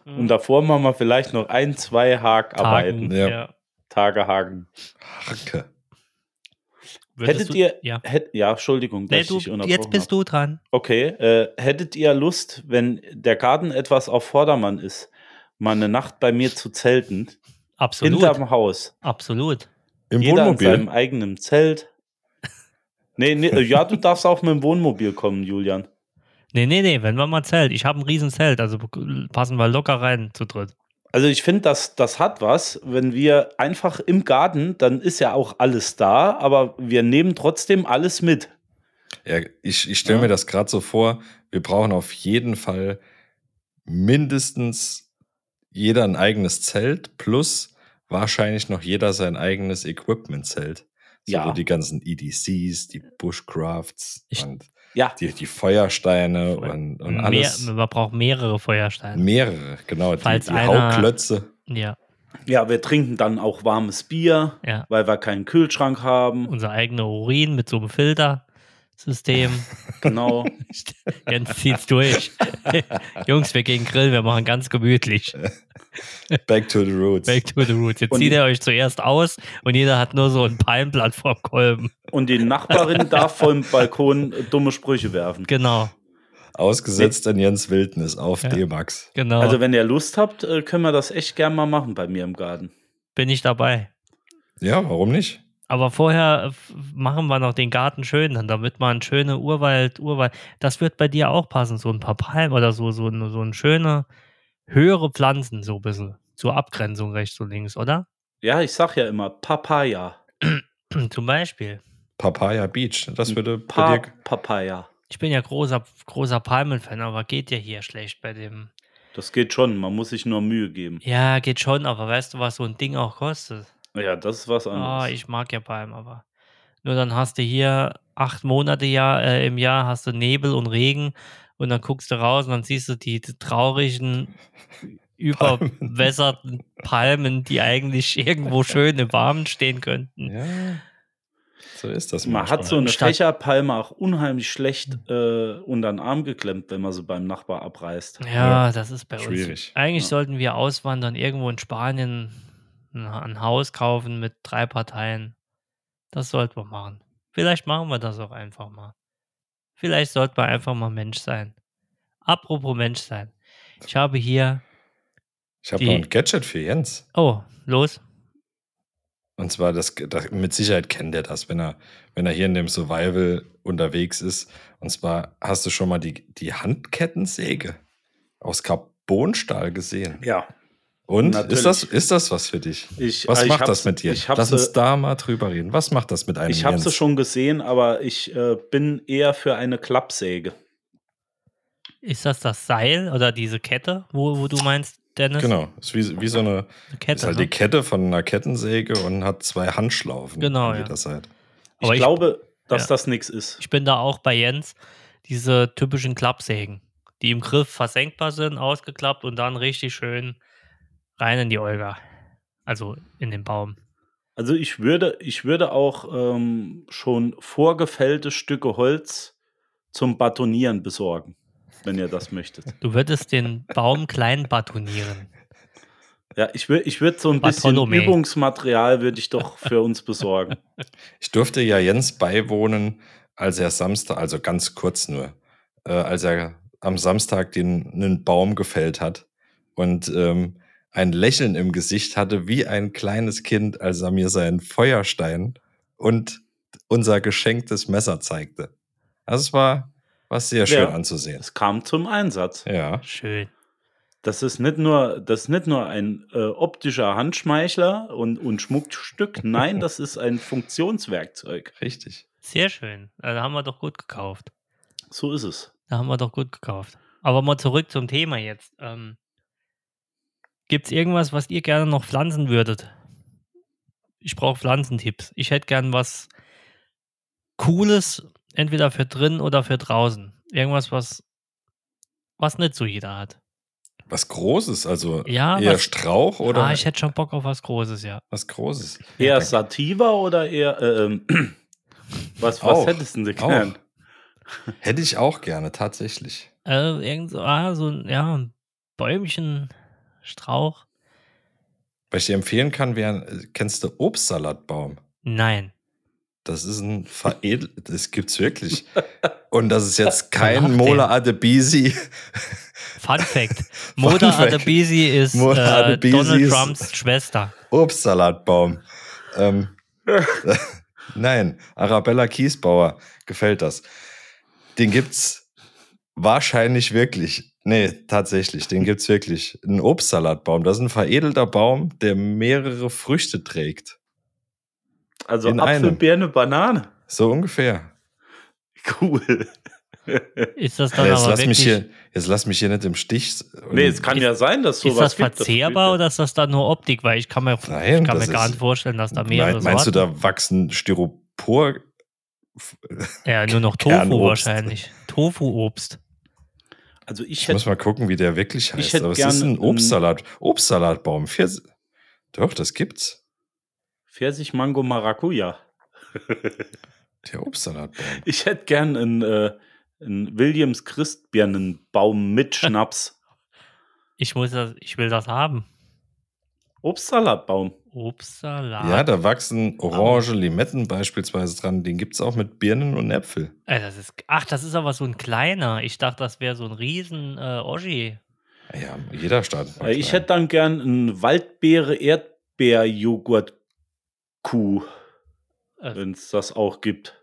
Speaker 6: Und davor machen wir vielleicht noch ein, zwei Hakarbeiten.
Speaker 5: Tagen,
Speaker 4: ja.
Speaker 6: Tage haken.
Speaker 4: Hacke.
Speaker 5: Würdest
Speaker 6: hättet
Speaker 5: du-
Speaker 6: ihr,
Speaker 5: Ja.
Speaker 6: hätt, ja, Entschuldigung, dass
Speaker 5: Nee, du,
Speaker 6: ich dich unterbrochen
Speaker 5: jetzt bist du dran.
Speaker 6: hab. Okay, äh, hättet ihr Lust, wenn der Garten etwas auf Vordermann ist, mal eine Nacht bei mir zu zelten,
Speaker 5: Absolut.
Speaker 6: hinterm Haus,
Speaker 5: Absolut.
Speaker 4: Im
Speaker 6: jeder in seinem
Speaker 4: Wohnmobil.
Speaker 6: eigenen Zelt? Nee, nee, äh, ja, du darfst auch mit dem Wohnmobil kommen, Julian.
Speaker 5: Nee, nee, nee, wenn wir mal Zelt. Ich habe ein riesen Zelt, also passen wir locker rein zu dritt.
Speaker 6: Also ich finde, das, das hat was, wenn wir einfach im Garten, dann ist ja auch alles da, aber wir nehmen trotzdem alles mit.
Speaker 4: Ja, ich ich stelle
Speaker 6: Ja.
Speaker 4: mir das gerade so vor, wir brauchen auf jeden Fall mindestens jeder ein eigenes Zelt plus wahrscheinlich noch jeder sein eigenes Equipment-Zelt. So
Speaker 6: Ja.
Speaker 4: wo die ganzen EDCs, die Bushcrafts
Speaker 5: Ich-
Speaker 4: und
Speaker 6: Ja,
Speaker 4: die, die Feuersteine und, und alles.
Speaker 5: Mehr, man braucht mehrere Feuersteine.
Speaker 4: Mehrere, genau.
Speaker 5: Falls
Speaker 4: die die
Speaker 5: einer-
Speaker 4: Hauklötze.
Speaker 5: ja,
Speaker 6: ja, wir trinken dann auch warmes Bier,
Speaker 5: ja.
Speaker 6: weil wir keinen Kühlschrank haben.
Speaker 5: Unser eigener Urin mit so einem Filtersystem.
Speaker 6: Genau.
Speaker 5: Jens zieht's durch. Jungs, wir gehen grillen, wir machen ganz gemütlich.
Speaker 4: Back to the roots.
Speaker 5: Back to the roots. Jetzt
Speaker 6: Und-
Speaker 5: zieht ihr euch zuerst aus und jeder hat nur so ein Palmblatt vorm Kolben.
Speaker 6: Und die Nachbarin darf vom Balkon dumme Sprüche werfen.
Speaker 5: Genau,
Speaker 4: Ausgesetzt in Jens Wildnis auf
Speaker 5: Ja.
Speaker 4: D-Max.
Speaker 5: genau.
Speaker 6: Also, wenn ihr Lust habt, äh, können wir das echt gern mal machen bei mir im Garten.
Speaker 5: bin ich dabei.
Speaker 4: Ja, warum nicht?
Speaker 5: Aber vorher äh, f- machen wir noch den Garten schön, damit man schöne Urwald, Urwald. Das wird bei dir auch passen, so ein paar Palmen oder so, so, ein- so ein schöne, höhere Pflanzen, so ein bisschen. Zur Abgrenzung rechts und links, oder?
Speaker 6: Ja, ich sag ja immer Papaya.
Speaker 5: Zum Beispiel.
Speaker 4: Papaya Beach. Das würde
Speaker 6: Pa
Speaker 4: bei dir.
Speaker 6: Papaya.
Speaker 5: Ich bin ja großer, großer Palmenfan, aber geht ja hier schlecht bei dem.
Speaker 6: Das geht schon, man muss sich nur Mühe geben.
Speaker 5: Ja, geht schon, aber weißt du, was so ein Ding auch kostet?
Speaker 6: Ja, das ist was
Speaker 5: Ah,
Speaker 6: anderes.
Speaker 5: ich mag ja Palmen, aber. Nur dann hast du hier acht Monate ja, äh, im Jahr hast du Nebel und Regen und dann guckst du raus und dann siehst du die, die traurigen, überwässerten Palmen, die eigentlich irgendwo schön im Warmen stehen könnten.
Speaker 4: Ja. So ist das.
Speaker 6: man hat so
Speaker 4: manchmal.
Speaker 6: eine
Speaker 5: Statt-
Speaker 6: Fächerpalme auch unheimlich schlecht äh, unter den Arm geklemmt, wenn man sie beim Nachbar abreißt.
Speaker 5: Ja, das ist bei uns.
Speaker 4: Schwierig.
Speaker 5: Eigentlich
Speaker 6: Ja.
Speaker 5: sollten wir auswandern, irgendwo in Spanien ein, ein Haus kaufen mit drei Parteien. Das sollten wir machen. Vielleicht machen wir das auch einfach mal. Vielleicht sollten wir einfach mal Mensch sein. Apropos Mensch sein. Ich habe hier.
Speaker 4: Ich habe
Speaker 5: Die-
Speaker 4: noch ein Gadget für Jens.
Speaker 5: Oh, los.
Speaker 4: Und zwar, das, das, mit Sicherheit kennt er das, wenn er, wenn er hier in dem Survival unterwegs ist. Und zwar hast du schon mal die, die Handkettensäge aus Carbonstahl gesehen.
Speaker 6: Ja.
Speaker 4: Und
Speaker 6: Natürlich.
Speaker 4: ist das, ist das was für dich?
Speaker 6: Ich,
Speaker 4: Was
Speaker 6: äh, ich
Speaker 4: macht
Speaker 6: hab's-
Speaker 4: das mit dir?
Speaker 6: Ich
Speaker 4: Lass
Speaker 6: hab's,
Speaker 4: uns
Speaker 6: äh,
Speaker 4: da mal drüber reden. Was macht das mit einem
Speaker 6: ich habe
Speaker 4: Jens?
Speaker 6: sie schon gesehen, aber ich äh, bin eher für eine Klappsäge.
Speaker 5: Ist das das Seil oder diese Kette, wo, wo du meinst, Dennis?
Speaker 4: Genau, ist wie, wie so eine
Speaker 5: Eine Kette.
Speaker 4: ist halt
Speaker 5: ne?
Speaker 4: die Kette von einer Kettensäge und hat zwei Handschlaufen
Speaker 5: Genau,
Speaker 4: an
Speaker 5: ja.
Speaker 4: jeder Seite.
Speaker 6: Ich
Speaker 5: Aber ich-
Speaker 6: glaube, dass
Speaker 5: ja.
Speaker 6: das nichts ist.
Speaker 5: Ich bin da auch bei Jens. Diese typischen Klappsägen, die im Griff versenkbar sind, ausgeklappt und dann richtig schön rein in die Olga. Also in den Baum.
Speaker 6: Also ich würde, ich würde auch ähm, schon vorgefällte Stücke Holz zum Batonieren besorgen, wenn ihr das möchtet.
Speaker 5: Du würdest den Baum klein batonieren.
Speaker 6: Ja, ich würde ich würd so ein bisschen
Speaker 5: Bartholomäi.
Speaker 6: Übungsmaterial würde ich doch für uns besorgen.
Speaker 4: Ich durfte ja Jens beiwohnen, als er Samstag, also ganz kurz nur, äh, als er am Samstag den einen Baum gefällt hat und ähm, ein Lächeln im Gesicht hatte, wie ein kleines Kind, als er mir seinen Feuerstein und unser geschenktes Messer zeigte. Das war, war sehr schön
Speaker 6: Ja.
Speaker 4: anzusehen.
Speaker 6: Es kam zum Einsatz.
Speaker 4: Ja,
Speaker 5: Schön.
Speaker 6: Das ist nicht nur, das ist nicht nur ein äh, optischer Handschmeichler und, und Schmuckstück. Nein, das ist ein Funktionswerkzeug.
Speaker 4: richtig.
Speaker 5: Sehr schön. Da haben wir doch gut gekauft.
Speaker 6: So ist es.
Speaker 5: Da haben wir doch gut gekauft. Aber mal zurück zum Thema jetzt. Ähm, Gibt es irgendwas, was ihr gerne noch pflanzen würdet? Ich brauche Pflanzentipps. Ich hätte gern was Cooles, entweder für drin oder für draußen. Irgendwas, was, was nicht so jeder hat.
Speaker 4: Was Großes, also
Speaker 5: Ja,
Speaker 4: eher
Speaker 5: was-
Speaker 4: Strauch oder
Speaker 5: ah, ich hätte schon Bock auf was Großes, ja.
Speaker 4: was Großes.
Speaker 6: Eher Sativa oder eher. Äh, ähm, was was
Speaker 4: Auch.
Speaker 6: hättest du denn
Speaker 4: Auch.
Speaker 6: gern?
Speaker 4: Hätte ich auch gerne, tatsächlich.
Speaker 5: Äh, irgend so, ah, so ein- ja, ein Bäumchen, Strauch.
Speaker 4: Was ich dir empfehlen kann, wäre, äh, kennst du Obstsalatbaum?
Speaker 5: Nein.
Speaker 4: Das ist ein veredel, das gibt's wirklich. Und das ist jetzt kein
Speaker 5: lacht
Speaker 4: Mola
Speaker 5: der?
Speaker 4: Adebisi.
Speaker 5: Fun Fact. Moda
Speaker 4: Fact.
Speaker 5: Adebisi ist
Speaker 4: Mona
Speaker 5: äh,
Speaker 4: Adebisi
Speaker 5: Donald
Speaker 4: ist-
Speaker 5: Trumps Schwester.
Speaker 4: Obstsalatbaum. Ähm, Nein, Arabella Kiesbauer gefällt das. Den gibt's wahrscheinlich wirklich. Nee, tatsächlich, den gibt's wirklich. Ein Obstsalatbaum. Das ist ein veredelter Baum, der mehrere Früchte trägt.
Speaker 6: Also
Speaker 4: In
Speaker 6: Apfel,
Speaker 4: einem.
Speaker 6: Birne, Banane.
Speaker 4: So ungefähr.
Speaker 6: Cool.
Speaker 5: Ist das dann
Speaker 4: Aber jetzt,
Speaker 5: aber
Speaker 4: lass
Speaker 5: wirklich,
Speaker 4: mich hier, jetzt lass mich hier nicht im Stich.
Speaker 6: Nee, es kann
Speaker 5: Ist-
Speaker 6: ja sein, dass sowas.
Speaker 5: ist das
Speaker 6: gibt.
Speaker 5: verzehrbar oder ist das dann nur Optik? Weil ich kann mir,
Speaker 4: Nein,
Speaker 5: ich kann mir
Speaker 4: das
Speaker 5: gar
Speaker 4: ist-
Speaker 5: nicht vorstellen, dass da
Speaker 4: Mein-
Speaker 5: mehrere
Speaker 4: Meinst du,
Speaker 5: Sorten-
Speaker 4: da wachsen Styropor?
Speaker 5: Ja, nur noch Tofu
Speaker 4: Kernobst?
Speaker 5: wahrscheinlich. Tofu-Obst.
Speaker 6: Also ich
Speaker 4: Ich
Speaker 6: hätte
Speaker 4: muss mal gucken, wie der wirklich heißt.
Speaker 6: hätte
Speaker 4: Aber es ist
Speaker 6: gern
Speaker 4: ein Obstsalat. Obstsalatbaum. Vier, doch, das gibt's.
Speaker 6: Pfirsich, Mango, Maracuja.
Speaker 4: Der Obstsalatbaum.
Speaker 6: Ich hätte gern einen, äh, einen Williams Christbirnenbaum mit Schnaps.
Speaker 5: Ich, muss das, ich will das haben.
Speaker 6: Obstsalatbaum.
Speaker 5: Obstsalat.
Speaker 4: Ja, da wachsen Orangen, Limetten beispielsweise dran. Den gibt's auch mit Birnen und Äpfel.
Speaker 5: Äh, das ist, ach, das ist aber so ein kleiner. Ich dachte, das wäre so ein riesen äh, Oschi.
Speaker 4: Ja, jeder startet. mal
Speaker 6: Äh, ich
Speaker 4: klein.
Speaker 6: hätte dann gern einen Waldbeere Erdbeer Joghurt Kuh,
Speaker 5: Äh,
Speaker 6: wenn es das auch gibt.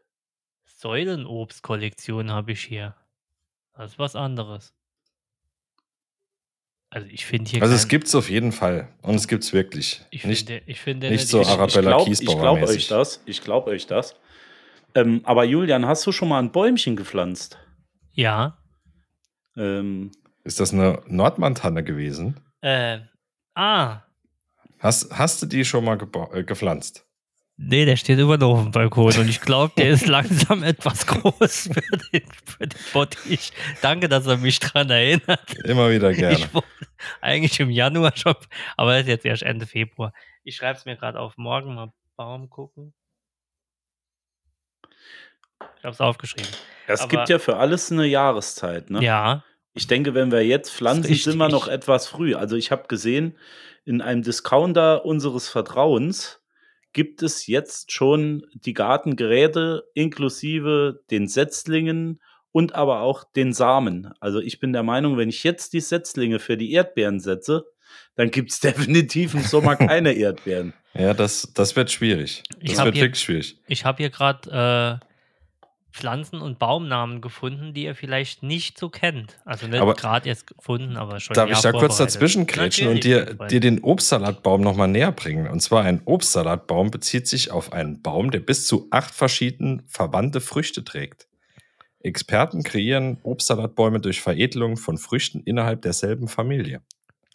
Speaker 5: Säulenobstkollektion habe ich hier. Das ist was anderes. Also ich finde hier
Speaker 4: Also
Speaker 5: kein,
Speaker 4: es gibt's auf jeden Fall. Und es gibt's wirklich.
Speaker 5: ich
Speaker 4: Nicht,
Speaker 5: finde, ich finde
Speaker 4: nicht
Speaker 5: nicht
Speaker 4: so
Speaker 5: ich,
Speaker 4: Arab-
Speaker 6: ich
Speaker 4: Arabella
Speaker 6: glaube
Speaker 4: Kiesbauer
Speaker 6: glaub
Speaker 4: mäßig.
Speaker 6: euch das. Ich glaube euch das. Ähm, aber Julian, hast du schon mal ein Bäumchen gepflanzt?
Speaker 5: Ja.
Speaker 6: Ähm,
Speaker 4: ist das eine Nordmantanne gewesen?
Speaker 5: Äh, ah,
Speaker 4: Hast, hast du die schon mal geba- äh, gepflanzt?
Speaker 5: Nee, der steht immer noch auf dem Balkon und ich glaube, der ist langsam etwas groß für den, für den Bottich. Danke, dass er mich dran erinnert.
Speaker 4: Immer wieder gerne.
Speaker 5: Ich wollte eigentlich im Januar schon, aber das ist jetzt erst Ende Februar. Ich schreibe es mir gerade auf, morgen mal Baum gucken. Ich habe es aufgeschrieben.
Speaker 6: es
Speaker 5: Aber-
Speaker 6: gibt ja für alles eine Jahreszeit, ne?
Speaker 5: Ja,
Speaker 6: Ich denke, wenn wir jetzt pflanzen,
Speaker 5: richtig.
Speaker 6: sind wir noch etwas früh. Also ich habe gesehen, in einem Discounter unseres Vertrauens gibt es jetzt schon die Gartengeräte inklusive den Setzlingen und aber auch den Samen. Also ich bin der Meinung, wenn ich jetzt die Setzlinge für die Erdbeeren setze, dann gibt es definitiv im Sommer keine Erdbeeren.
Speaker 4: Ja, das, das wird schwierig.
Speaker 5: Ich
Speaker 4: Das
Speaker 5: hab
Speaker 4: wird
Speaker 5: hier-
Speaker 4: wirklich schwierig.
Speaker 5: Ich habe hier gerade äh, Pflanzen- und Baumnamen gefunden, die ihr vielleicht nicht so kennt. Also nicht
Speaker 4: Aber-
Speaker 5: gerade erst gefunden, aber schon.
Speaker 4: Darf
Speaker 5: ja
Speaker 4: ich da kurz
Speaker 5: vorbereitet.
Speaker 4: dazwischen grätschen und
Speaker 5: Natürlich,
Speaker 4: dir,
Speaker 5: mein Freund.
Speaker 4: dir den Obstsalatbaum nochmal näher bringen? Und zwar ein Obstsalatbaum bezieht sich auf einen Baum, der bis zu acht verschiedene verwandte Früchte trägt. Experten kreieren Obstsalatbäume durch Veredelung von Früchten innerhalb derselben Familie.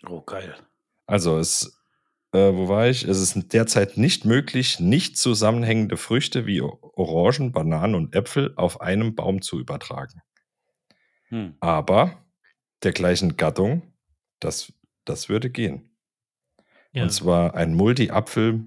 Speaker 6: Oh, geil.
Speaker 4: Also es, äh, wo war ich? Es ist derzeit nicht möglich, nicht zusammenhängende Früchte wie Orangen, Bananen und Äpfel auf einem Baum zu übertragen.
Speaker 6: Hm.
Speaker 4: Aber der gleichen Gattung, das, das würde gehen.
Speaker 5: Ja.
Speaker 4: Und zwar ein Multi-Apfel,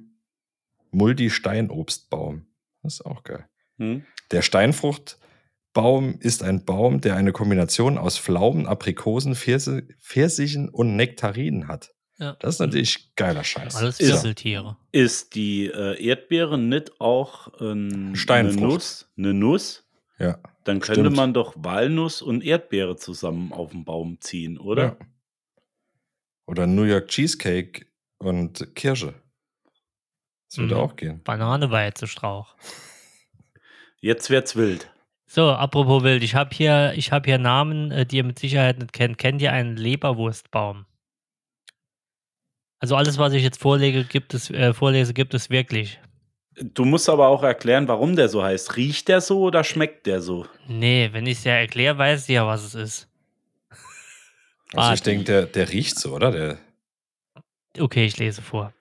Speaker 4: Multi-Steinobstbaum. Das ist auch geil.
Speaker 6: Hm.
Speaker 4: Der Steinfruchtbaum ist ein Baum, der eine Kombination aus Pflaumen, Aprikosen, Pfirsi- Pfirsichen und Nektarinen hat.
Speaker 5: Ja.
Speaker 4: Das ist natürlich geiler Scheiß.
Speaker 5: Alles
Speaker 4: So.
Speaker 5: Wirbeltiere.
Speaker 6: Ist die äh, Erdbeere nicht auch ähm,
Speaker 4: Steinfrucht.
Speaker 6: eine Nuss? Eine Nuss?
Speaker 4: Ja.
Speaker 6: Dann könnte
Speaker 4: Stimmt.
Speaker 6: man doch Walnuss und Erdbeere zusammen auf den Baum ziehen, oder?
Speaker 4: Ja. Oder New York Cheesecake und Kirsche. Das würde
Speaker 5: Mhm.
Speaker 4: auch gehen.
Speaker 5: Banane, Weizestrauch.
Speaker 6: Jetzt wird's wild.
Speaker 5: So, apropos wild, ich habe hier, ich hab hier Namen, äh, die ihr mit Sicherheit nicht kennt. Kennt ihr einen Leberwurstbaum? Also alles, was ich jetzt vorlege, gibt es, äh, vorlese, gibt es wirklich.
Speaker 6: Du musst aber auch erklären, warum der so heißt. Riecht der so oder schmeckt der so?
Speaker 5: Nee, wenn ich es ja erkläre, weißt du ja, was es ist.
Speaker 4: Also ich
Speaker 5: Ah,
Speaker 4: denke, der, der riecht so, oder? Der,
Speaker 5: Okay, ich lese vor.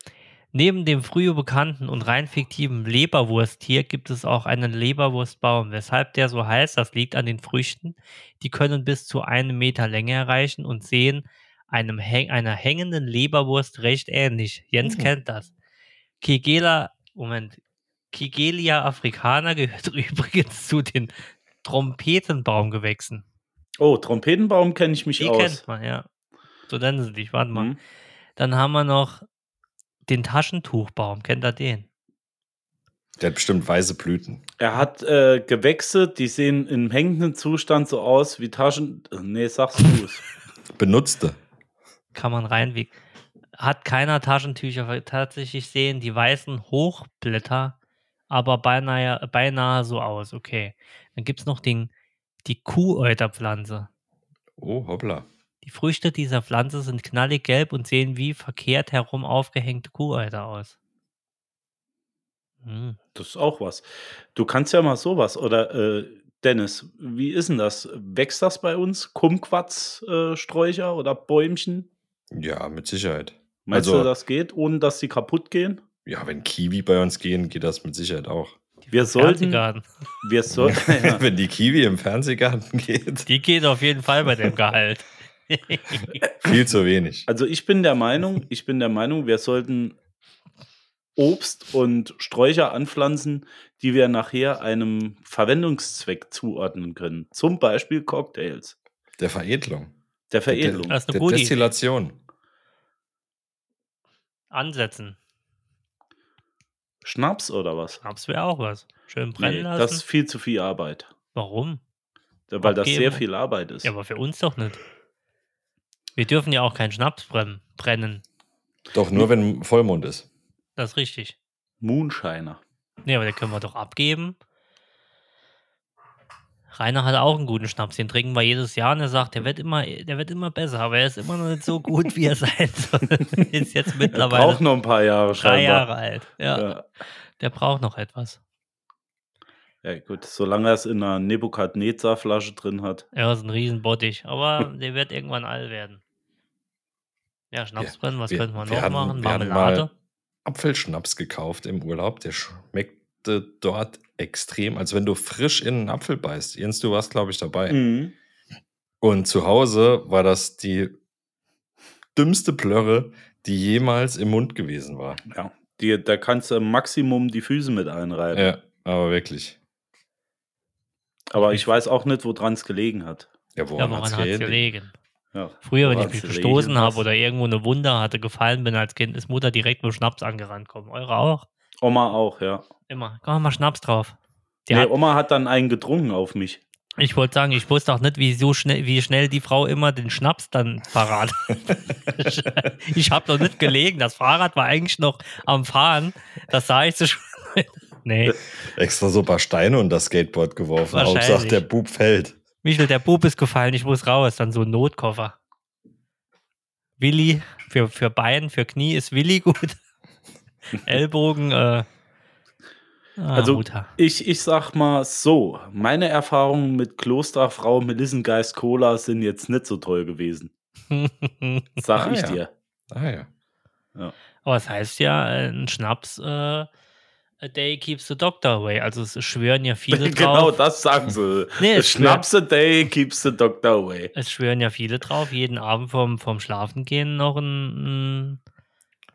Speaker 5: Neben dem früher bekannten und rein fiktiven Leberwursttier gibt es auch einen Leberwurstbaum. Weshalb der so heißt, das liegt an den Früchten. Die können bis zu einem Meter Länge erreichen und sehen einem Häng einer hängenden Leberwurst recht ähnlich. Jens
Speaker 6: Mhm.
Speaker 5: kennt das. Kigela, Moment, Kigelia africana gehört übrigens zu den Trompetenbaumgewächsen.
Speaker 6: Oh, Trompetenbaum kenne ich mich
Speaker 5: Die
Speaker 6: aus.
Speaker 5: kennt man, ja. So nennen sie dich, warte mal.
Speaker 6: Hm?
Speaker 5: Dann haben wir noch den Taschentuchbaum. Kennt ihr den?
Speaker 4: der hat bestimmt weiße Blüten.
Speaker 6: Er hat äh, Gewächse, die sehen im hängenden Zustand so aus wie Taschen. äh, Nee, sagst du es.
Speaker 4: Benutzte.
Speaker 5: Kann man reinwiegen. Hat keiner Taschentücher weil tatsächlich sehen, die weißen Hochblätter, aber beinahe, beinahe so aus. Okay. Dann gibt es noch den, die Kuhäuterpflanze.
Speaker 4: Oh, hoppla.
Speaker 5: Die Früchte dieser Pflanze sind knallig gelb und sehen wie verkehrt herum aufgehängte Kuhäuter aus. Hm.
Speaker 6: Das ist auch was. Du kannst ja mal sowas. Oder äh, Dennis, wie ist denn das? Wächst das bei uns? Kumquats-Sträucher äh, Sträucher oder Bäumchen?
Speaker 4: Ja, mit Sicherheit.
Speaker 6: Meinst
Speaker 4: Also-
Speaker 6: du, das geht, ohne dass die kaputt gehen?
Speaker 4: Ja, wenn Kiwi bei uns gehen, geht das mit Sicherheit auch.
Speaker 6: Wir sollten,
Speaker 5: Fernsehgarten.
Speaker 6: wir sollten, ja,
Speaker 4: Wenn die Kiwi im Fernsehgarten geht,
Speaker 5: Die geht auf jeden Fall bei dem Gehalt.
Speaker 4: viel zu wenig.
Speaker 6: also ich bin der Meinung, ich bin der Meinung, wir sollten Obst und Sträucher anpflanzen, die wir nachher einem Verwendungszweck zuordnen können. Zum Beispiel Cocktails,
Speaker 4: Der Veredelung.
Speaker 6: der Veredelung.
Speaker 5: Das ist eine
Speaker 4: Der
Speaker 5: gute Idee.
Speaker 4: Destillation.
Speaker 5: Ansetzen.
Speaker 6: Schnaps oder was?
Speaker 5: Schnaps wäre auch was. Schön brennen
Speaker 6: Nee,
Speaker 5: lassen.
Speaker 6: das ist viel zu viel Arbeit.
Speaker 5: Warum?
Speaker 6: Weil das
Speaker 5: Abgeben.
Speaker 6: sehr viel Arbeit ist.
Speaker 5: Ja, aber für uns doch nicht. Wir dürfen ja auch keinen Schnaps brennen. brennen.
Speaker 4: Doch nur, wenn Vollmond ist.
Speaker 5: Das ist richtig.
Speaker 6: Moonshiner.
Speaker 5: Nee, aber den können wir doch abgeben. Rainer hat auch einen guten Schnaps, den trinken wir jedes Jahr und er sagt, der wird immer, der wird immer besser, aber er ist immer noch nicht so gut, wie er sein soll. ist jetzt
Speaker 6: Er braucht
Speaker 5: mittlerweile
Speaker 6: noch ein paar Jahre scheinbar.
Speaker 5: drei Jahre alt. Ja,
Speaker 6: Ja.
Speaker 5: der braucht noch etwas.
Speaker 6: ja, gut. Solange er es in einer Nebukadnezar-Flasche drin hat.
Speaker 5: Er ist ein Riesenbottich, aber der wird irgendwann all werden. Ja, Schnaps
Speaker 4: Ja,
Speaker 5: brennen, was
Speaker 4: wir-
Speaker 5: könnte man
Speaker 4: wir
Speaker 5: noch
Speaker 4: hatten-
Speaker 5: machen?
Speaker 4: wir hatten
Speaker 5: Marmelade?
Speaker 4: Apfelschnaps gekauft im Urlaub. Der schmeckte dort extrem, als wenn du frisch in einen Apfel beißt. Jens, du warst, glaube ich, dabei.
Speaker 6: Mhm.
Speaker 4: Und zu Hause war das die dümmste Plörre, die jemals im Mund gewesen war.
Speaker 6: Ja. Die, da kannst du Maximum die Füße mit einreiben.
Speaker 4: Ja, aber wirklich.
Speaker 6: Aber ich weiß auch nicht, woran es gelegen hat.
Speaker 4: Ja, woran,
Speaker 5: Ja, woran
Speaker 4: hat's
Speaker 5: hat es
Speaker 4: gelegen?
Speaker 5: gelegen?
Speaker 6: Ja.
Speaker 5: Früher, wenn ich
Speaker 6: Woran's
Speaker 5: mich
Speaker 6: gelegen
Speaker 5: gestoßen habe
Speaker 6: ist?
Speaker 5: oder irgendwo eine Wunde hatte, gefallen bin als Kind, ist Mutter direkt mit Schnaps angerannt kommen. Eure auch?
Speaker 6: Oma auch, ja.
Speaker 5: Immer. Komm mal Schnaps drauf. Die
Speaker 6: nee, oh.
Speaker 5: hat,
Speaker 6: Oma hat dann einen getrunken auf mich.
Speaker 5: ich wollte sagen, ich wusste auch nicht, wie, so schnell, wie schnell die Frau immer den Schnaps dann parat hat. ich habe noch nicht gelegen. Das Fahrrad war eigentlich noch am Fahren. Das sah ich so schon. nee,
Speaker 4: Extra so ein paar Steine und das Skateboard geworfen.
Speaker 5: Wahrscheinlich.
Speaker 4: Hauptsache der Bub fällt.
Speaker 5: Michel, der Bub ist gefallen, ich muss raus. Dann so ein Notkoffer. Willi, für, für Bein, für Knie ist Willi gut. Ellbogen, äh, ah,
Speaker 6: Also-
Speaker 5: Mutter.
Speaker 6: Ich, ich sag mal so, meine Erfahrungen mit Klosterfrau Melissengeist Cola sind jetzt nicht so toll gewesen. Sag
Speaker 4: Ah,
Speaker 6: ich
Speaker 4: ja.
Speaker 6: dir.
Speaker 4: Ah ja.
Speaker 5: Aber es heißt ja, ein Schnaps, äh, a day keeps the doctor away. Also es schwören ja viele
Speaker 6: genau
Speaker 5: drauf.
Speaker 6: das sagen sie.
Speaker 5: Nee, es
Speaker 6: Schnaps a day keeps the doctor away.
Speaker 5: Es schwören ja viele drauf, jeden Abend vorm, vorm Schlafengehen noch ein, ein,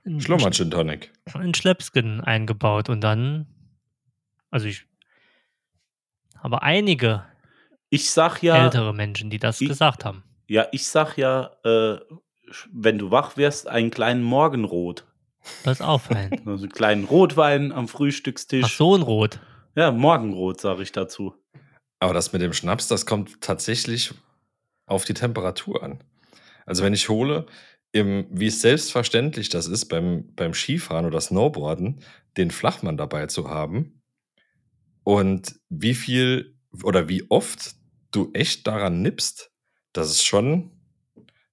Speaker 5: ein
Speaker 4: Schlummer Gin Tonic.
Speaker 5: in Schleppskin eingebaut und dann, also ich habe einige
Speaker 6: Ich sag ja,
Speaker 5: ältere Menschen, die das
Speaker 6: Ich-
Speaker 5: gesagt haben.
Speaker 6: ja, ich sag ja, äh, wenn du wach wirst, einen kleinen Morgenrot.
Speaker 5: Das ist auffallend.
Speaker 6: Also einen kleinen Rotwein am Frühstückstisch.
Speaker 5: Ach, so ein Rot.
Speaker 6: Ja, Morgenrot sag ich dazu.
Speaker 4: Aber das mit dem Schnaps, das kommt tatsächlich auf die Temperatur an. Also wenn ich hole, im, wie es selbstverständlich das ist, beim, beim Skifahren oder Snowboarden, den Flachmann dabei zu haben und wie viel oder wie oft du echt daran nippst, das ist schon,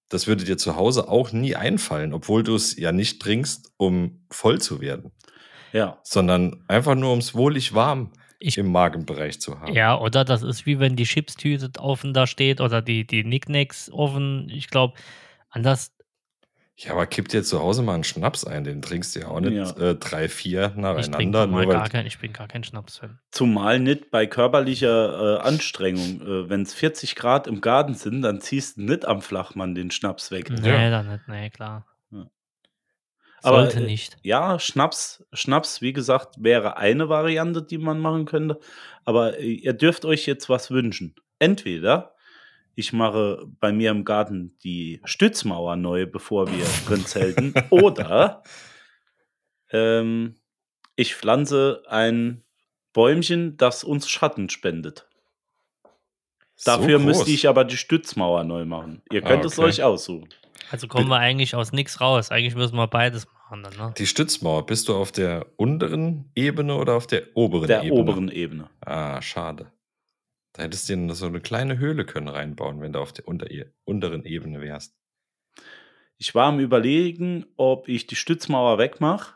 Speaker 4: das würde dir zu Hause auch nie einfallen, obwohl du es ja nicht trinkst, um voll zu werden,
Speaker 6: Ja.
Speaker 4: sondern einfach nur, um es wohlig warm
Speaker 5: Ich-
Speaker 4: im Magenbereich zu haben.
Speaker 5: Ja, oder das ist wie wenn die Chipstüte offen da steht oder die, die Nicknacks offen. Ich glaube, anders.
Speaker 4: Ja, aber kipp dir zu Hause mal einen Schnaps ein, den trinkst du ja auch nicht
Speaker 6: Ja.
Speaker 4: äh, drei, vier
Speaker 5: Ich, trink
Speaker 4: nacheinander.
Speaker 5: normal
Speaker 4: Nur weil,
Speaker 5: gar kein, ich bin gar kein Schnaps-Fan.
Speaker 6: Zumal nicht bei körperlicher äh, Anstrengung. Äh, Wenn es 40 Grad im Garten sind, dann ziehst du nicht am Flachmann den Schnaps weg.
Speaker 5: Nee, dann nicht. Nee, klar.
Speaker 6: Ja. Aber,
Speaker 5: Sollte
Speaker 6: äh,
Speaker 5: nicht.
Speaker 6: Ja, Schnaps, Schnaps, wie gesagt, wäre eine Variante, die man machen könnte. Aber äh, ihr dürft euch jetzt was wünschen. Entweder ich mache bei mir im Garten die Stützmauer neu, bevor wir drin zelten, oder ähm, ich pflanze ein Bäumchen, das uns Schatten spendet. Dafür müsste ich aber die Stützmauer neu machen. Ihr
Speaker 4: Ah,
Speaker 6: könnt es
Speaker 4: okay.
Speaker 6: euch aussuchen.
Speaker 5: Also kommen wir eigentlich aus nichts raus. Eigentlich müssen wir beides machen dann, ne?
Speaker 4: Die Stützmauer, bist du auf der unteren Ebene oder auf der oberen
Speaker 6: Der
Speaker 4: Ebene?
Speaker 6: oberen Ebene.
Speaker 4: Ah, schade. Da hättest du dir so eine kleine Höhle können reinbauen, wenn du auf der unter unteren Ebene wärst.
Speaker 6: Ich war am Überlegen, ob ich die Stützmauer wegmache,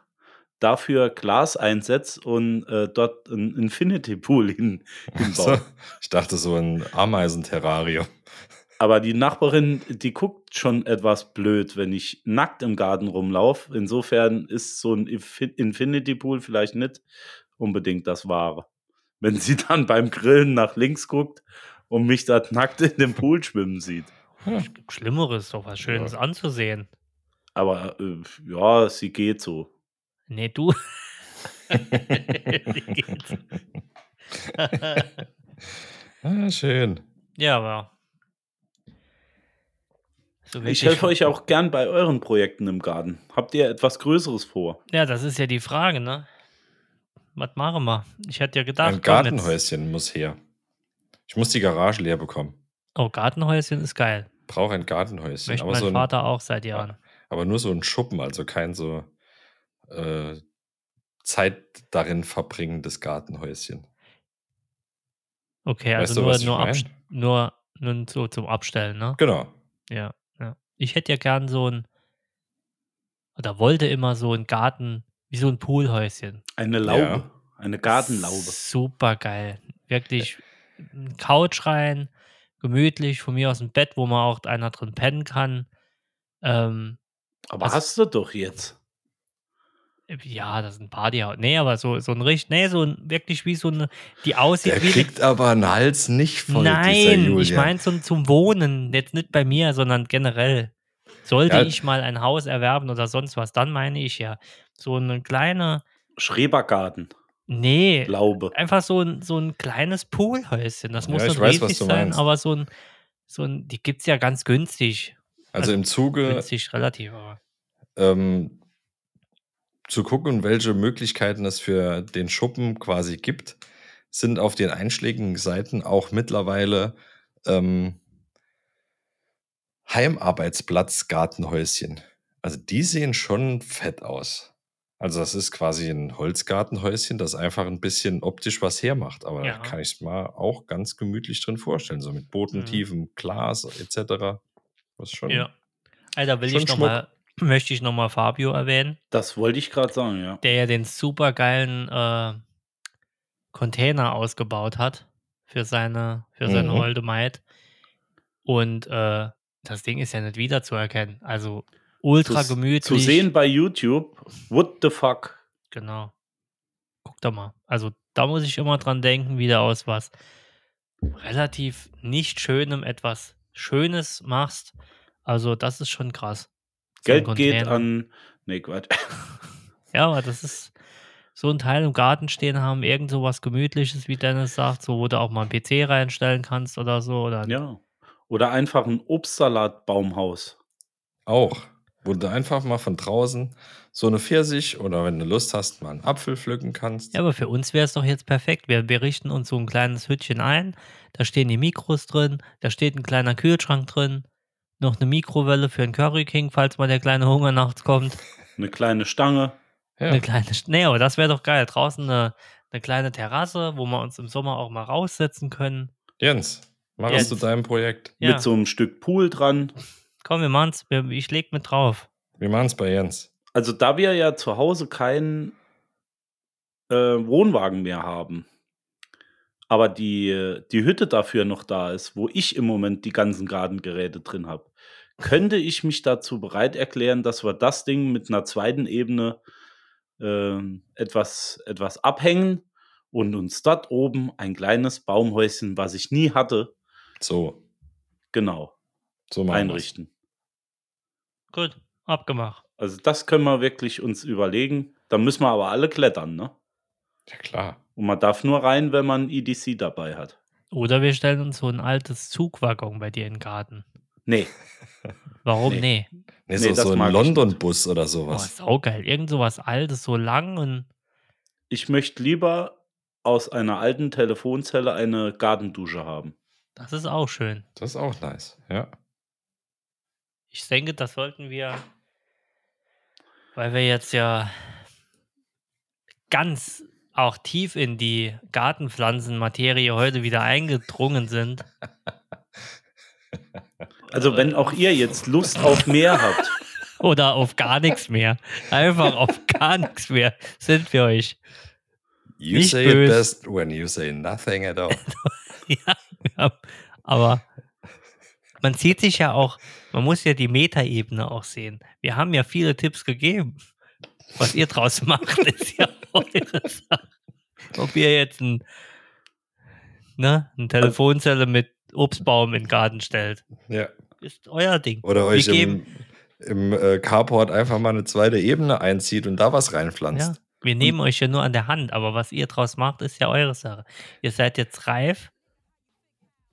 Speaker 6: dafür Glas einsetze und äh, dort einen Infinity Pool hin,
Speaker 4: So,
Speaker 6: hinbaue.
Speaker 4: ich dachte so ein Ameisenterrarium.
Speaker 6: Aber die Nachbarin, die guckt schon etwas blöd, wenn ich nackt im Garten rumlaufe. Insofern ist so ein Infi- Infinity Pool vielleicht nicht unbedingt das Wahre. Wenn sie dann beim Grillen nach links guckt und mich da nackt in dem Pool schwimmen sieht.
Speaker 5: Gibt Schlimmeres, doch was Schönes anzusehen.
Speaker 6: Aber äh, ja, sie geht so.
Speaker 5: Nee, du. Die geht's.
Speaker 4: Ah, schön.
Speaker 5: ja, aber. So
Speaker 6: Ich
Speaker 5: wirklich-
Speaker 6: helfe euch auch gern bei euren Projekten im Garten. Habt ihr etwas Größeres vor?
Speaker 5: Ja, das ist ja die Frage, ne? Was machen wir? Ich hätte ja gedacht.
Speaker 4: ein
Speaker 5: komm, jetzt-
Speaker 4: Gartenhäuschen muss her. Ich muss die Garage leer bekommen.
Speaker 5: Oh, Gartenhäuschen ist geil.
Speaker 4: Brauche ein Gartenhäuschen.
Speaker 5: Möchte
Speaker 4: aber
Speaker 5: mein
Speaker 4: so ein,
Speaker 5: Vater auch seit Jahren.
Speaker 4: Aber nur so ein Schuppen, also kein so äh, Zeit darin verbringendes Gartenhäuschen.
Speaker 5: Okay,
Speaker 4: Weißt
Speaker 5: also
Speaker 4: du,
Speaker 5: nur,
Speaker 4: was ich
Speaker 5: nur,
Speaker 4: mein?
Speaker 5: abst- nur, nur so zum Abstellen, ne?
Speaker 4: Genau.
Speaker 5: Ja, ja. Ich hätte ja gern so ein, oder wollte immer so einen Garten, wie so ein Poolhäuschen.
Speaker 6: Eine Laube.
Speaker 4: Ja.
Speaker 6: Eine Gartenlaube.
Speaker 5: Super geil. Wirklich eine Couch rein, gemütlich, von mir aus ein Bett, wo man auch einer drin pennen kann. Ähm,
Speaker 6: Aber
Speaker 5: Also-
Speaker 6: hast du doch jetzt.
Speaker 5: ja, das ist ein Partyhaus. Nee, aber so, so ein richtig, nee, so ein, wirklich wie so eine, die aussieht
Speaker 4: Der
Speaker 5: wie eine
Speaker 4: kriegt aber einen Hals nicht voll, dieser
Speaker 5: Nein,
Speaker 4: Julian.
Speaker 5: ich meine zum, zum Wohnen, jetzt nicht bei mir, sondern generell. Sollte
Speaker 4: Ja.
Speaker 5: ich mal ein Haus erwerben oder sonst was, dann meine ich ja so eine kleine,
Speaker 6: Schrebergarten,
Speaker 5: nee,
Speaker 6: Laube.
Speaker 5: einfach so ein, so ein kleines Poolhäuschen. Das muss
Speaker 4: Ja, ich
Speaker 5: nicht
Speaker 4: weiß, was
Speaker 5: riesig
Speaker 4: du
Speaker 5: sein,
Speaker 4: meinst.
Speaker 5: aber so ein, so ein, die gibt es ja ganz günstig.
Speaker 4: Also im Zuge
Speaker 5: Günstig relativ, aber.
Speaker 4: ähm, zu gucken, welche Möglichkeiten es für den Schuppen quasi gibt, sind auf den einschlägigen Seiten auch mittlerweile ähm, Heimarbeitsplatz Gartenhäuschen. Also die sehen schon fett aus. Also das ist quasi ein Holzgartenhäuschen, das einfach ein bisschen optisch was hermacht. Aber
Speaker 5: Ja.
Speaker 4: da kann ich es mal auch ganz gemütlich drin vorstellen. So mit bodentiefem Glas etc. Was schon
Speaker 5: Mhm. Ja. Alter, will
Speaker 4: Schon
Speaker 5: ich noch mal, möchte ich nochmal Fabio erwähnen,
Speaker 6: Das wollte ich gerade sagen, ja.
Speaker 5: der ja den supergeilen äh, Container ausgebaut hat für seine, für seine
Speaker 4: Mhm.
Speaker 5: Olde Maid. Und äh, das Ding ist ja nicht wiederzuerkennen. Also ultra
Speaker 6: Zu-
Speaker 5: gemütlich.
Speaker 6: Zu sehen bei YouTube, what the fuck?
Speaker 5: Genau. Guck doch mal. Also da muss ich immer dran denken, wieder aus was relativ nicht Schönem etwas Schönes machst. Also das ist schon krass. So ein
Speaker 6: Geld geht
Speaker 5: Container.
Speaker 6: an. Nee, Quatsch.
Speaker 5: Ja, aber das ist so ein Teil im Garten stehen haben, irgend so was Gemütliches, wie Dennis sagt, so wo du auch mal einen PC reinstellen kannst oder so. Oder
Speaker 6: Ja. Oder einfach ein Obstsalatbaumhaus.
Speaker 4: Auch. Wo du einfach mal von draußen so eine Pfirsich oder wenn du Lust hast, mal einen Apfel pflücken kannst.
Speaker 5: Ja, aber für uns wäre es doch jetzt perfekt. Wir, wir richten uns so ein kleines Hütchen ein. Da stehen die Mikros drin, da steht ein kleiner Kühlschrank drin, noch eine Mikrowelle für einen Curry King, falls mal der kleine Hunger nachts kommt.
Speaker 6: Eine kleine Stange.
Speaker 4: Ja.
Speaker 5: Eine kleine. Sch- Nee, aber das wäre doch geil. Draußen eine, eine kleine Terrasse, wo wir uns im Sommer auch mal raussetzen können.
Speaker 4: Jens, mach
Speaker 5: Jens.
Speaker 4: es zu deinem Projekt.
Speaker 5: Ja,
Speaker 6: Mit so einem Stück Pool dran.
Speaker 5: komm, wir machen's. Wir, ich leg mit drauf.
Speaker 4: Wir machen es bei Jens.
Speaker 6: Also, da wir ja zu Hause keinen äh, Wohnwagen mehr haben, aber die, die Hütte dafür noch da ist, wo ich im Moment die ganzen Gartengeräte drin habe, könnte ich mich dazu bereit erklären, dass wir das Ding mit einer zweiten Ebene ähm, etwas, etwas abhängen und uns dort oben ein kleines Baumhäuschen, was ich nie hatte,
Speaker 4: So,
Speaker 6: genau,
Speaker 4: so machen wir's.
Speaker 6: einrichten.
Speaker 5: Gut, abgemacht.
Speaker 6: Also das können wir wirklich uns überlegen. Da müssen wir aber alle klettern, ne?
Speaker 4: Ja, klar.
Speaker 6: Und man darf nur rein, wenn man EDC dabei hat.
Speaker 5: Oder wir stellen uns so ein altes Zugwaggon bei dir in den Garten.
Speaker 6: Nee,
Speaker 5: Warum?
Speaker 6: Nee.
Speaker 5: Nee.
Speaker 4: Nee,
Speaker 6: Nee,
Speaker 4: so,
Speaker 6: das
Speaker 4: so
Speaker 6: mag
Speaker 4: ein
Speaker 6: ich
Speaker 4: London-Bus oder
Speaker 5: Boah,
Speaker 4: sowas.
Speaker 5: ist auch geil. Irgend sowas Altes, so lang und
Speaker 6: ich möchte lieber aus einer alten Telefonzelle eine Gardendusche haben.
Speaker 5: das ist auch schön.
Speaker 4: Das ist auch nice. Ja.
Speaker 5: Ich denke, das sollten wir, weil wir jetzt ja ganz auch tief in die Gartenpflanzenmaterie heute wieder eingedrungen sind.
Speaker 6: Also wenn auch ihr jetzt Lust auf mehr habt,
Speaker 5: Oder auf gar nichts mehr. Einfach auf gar nichts mehr sind wir euch.
Speaker 4: You
Speaker 5: Nicht
Speaker 4: say
Speaker 5: böse.
Speaker 4: it best when you say nothing at all.
Speaker 5: Ja, wir haben- aber man sieht sich ja auch, man muss ja die Metaebene auch sehen. Wir haben ja viele Tipps gegeben. Was ihr draus macht, ist ja eure Sache. Ob ihr jetzt ein, ne, eine Telefonzelle mit Obstbaum in den Garten stellt,
Speaker 4: ja.
Speaker 5: ist euer Ding.
Speaker 4: Oder euch
Speaker 5: wir
Speaker 4: im,
Speaker 5: geben,
Speaker 4: im äh, Carport einfach mal eine zweite Ebene einzieht und da was
Speaker 5: ja,
Speaker 4: reinpflanzt.
Speaker 5: wir nehmen euch ja nur an der Hand, aber was ihr draus macht, ist ja eure Sache. Ihr seid jetzt reif,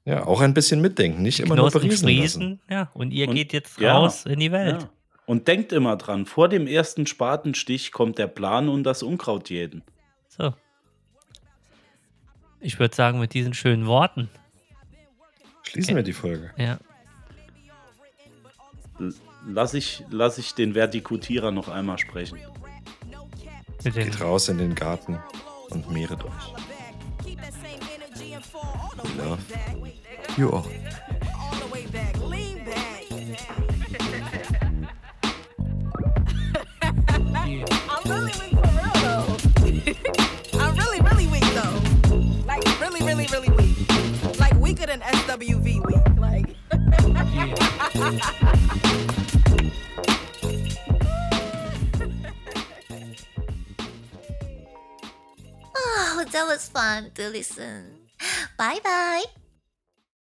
Speaker 4: Ja, auch ein bisschen mitdenken, nicht immer nur
Speaker 5: Knospen
Speaker 4: beriesen lassen.
Speaker 5: sprießen, ja, und ihr
Speaker 6: Und-
Speaker 5: geht jetzt
Speaker 6: ja.
Speaker 5: raus in die Welt.
Speaker 6: ja. und denkt immer dran, vor dem ersten Spatenstich kommt der Plan und das Unkraut jeden.
Speaker 5: So. Ich würde sagen, mit diesen schönen Worten.
Speaker 4: Schließen wir die Folge.
Speaker 5: Ja.
Speaker 6: L- Lass ich, lass ich den Vertikutierer noch einmal sprechen.
Speaker 5: Mit den,
Speaker 4: Geht raus in den Garten und mehret euch. We love you
Speaker 3: All
Speaker 4: all.
Speaker 3: the way back, lean back.
Speaker 2: I'm really weak for real though. I'm really, really weak though. Like really, really, really weak. Like weaker than SWV weak. Like.
Speaker 1: Oh, that was fun to listen. Bye bye.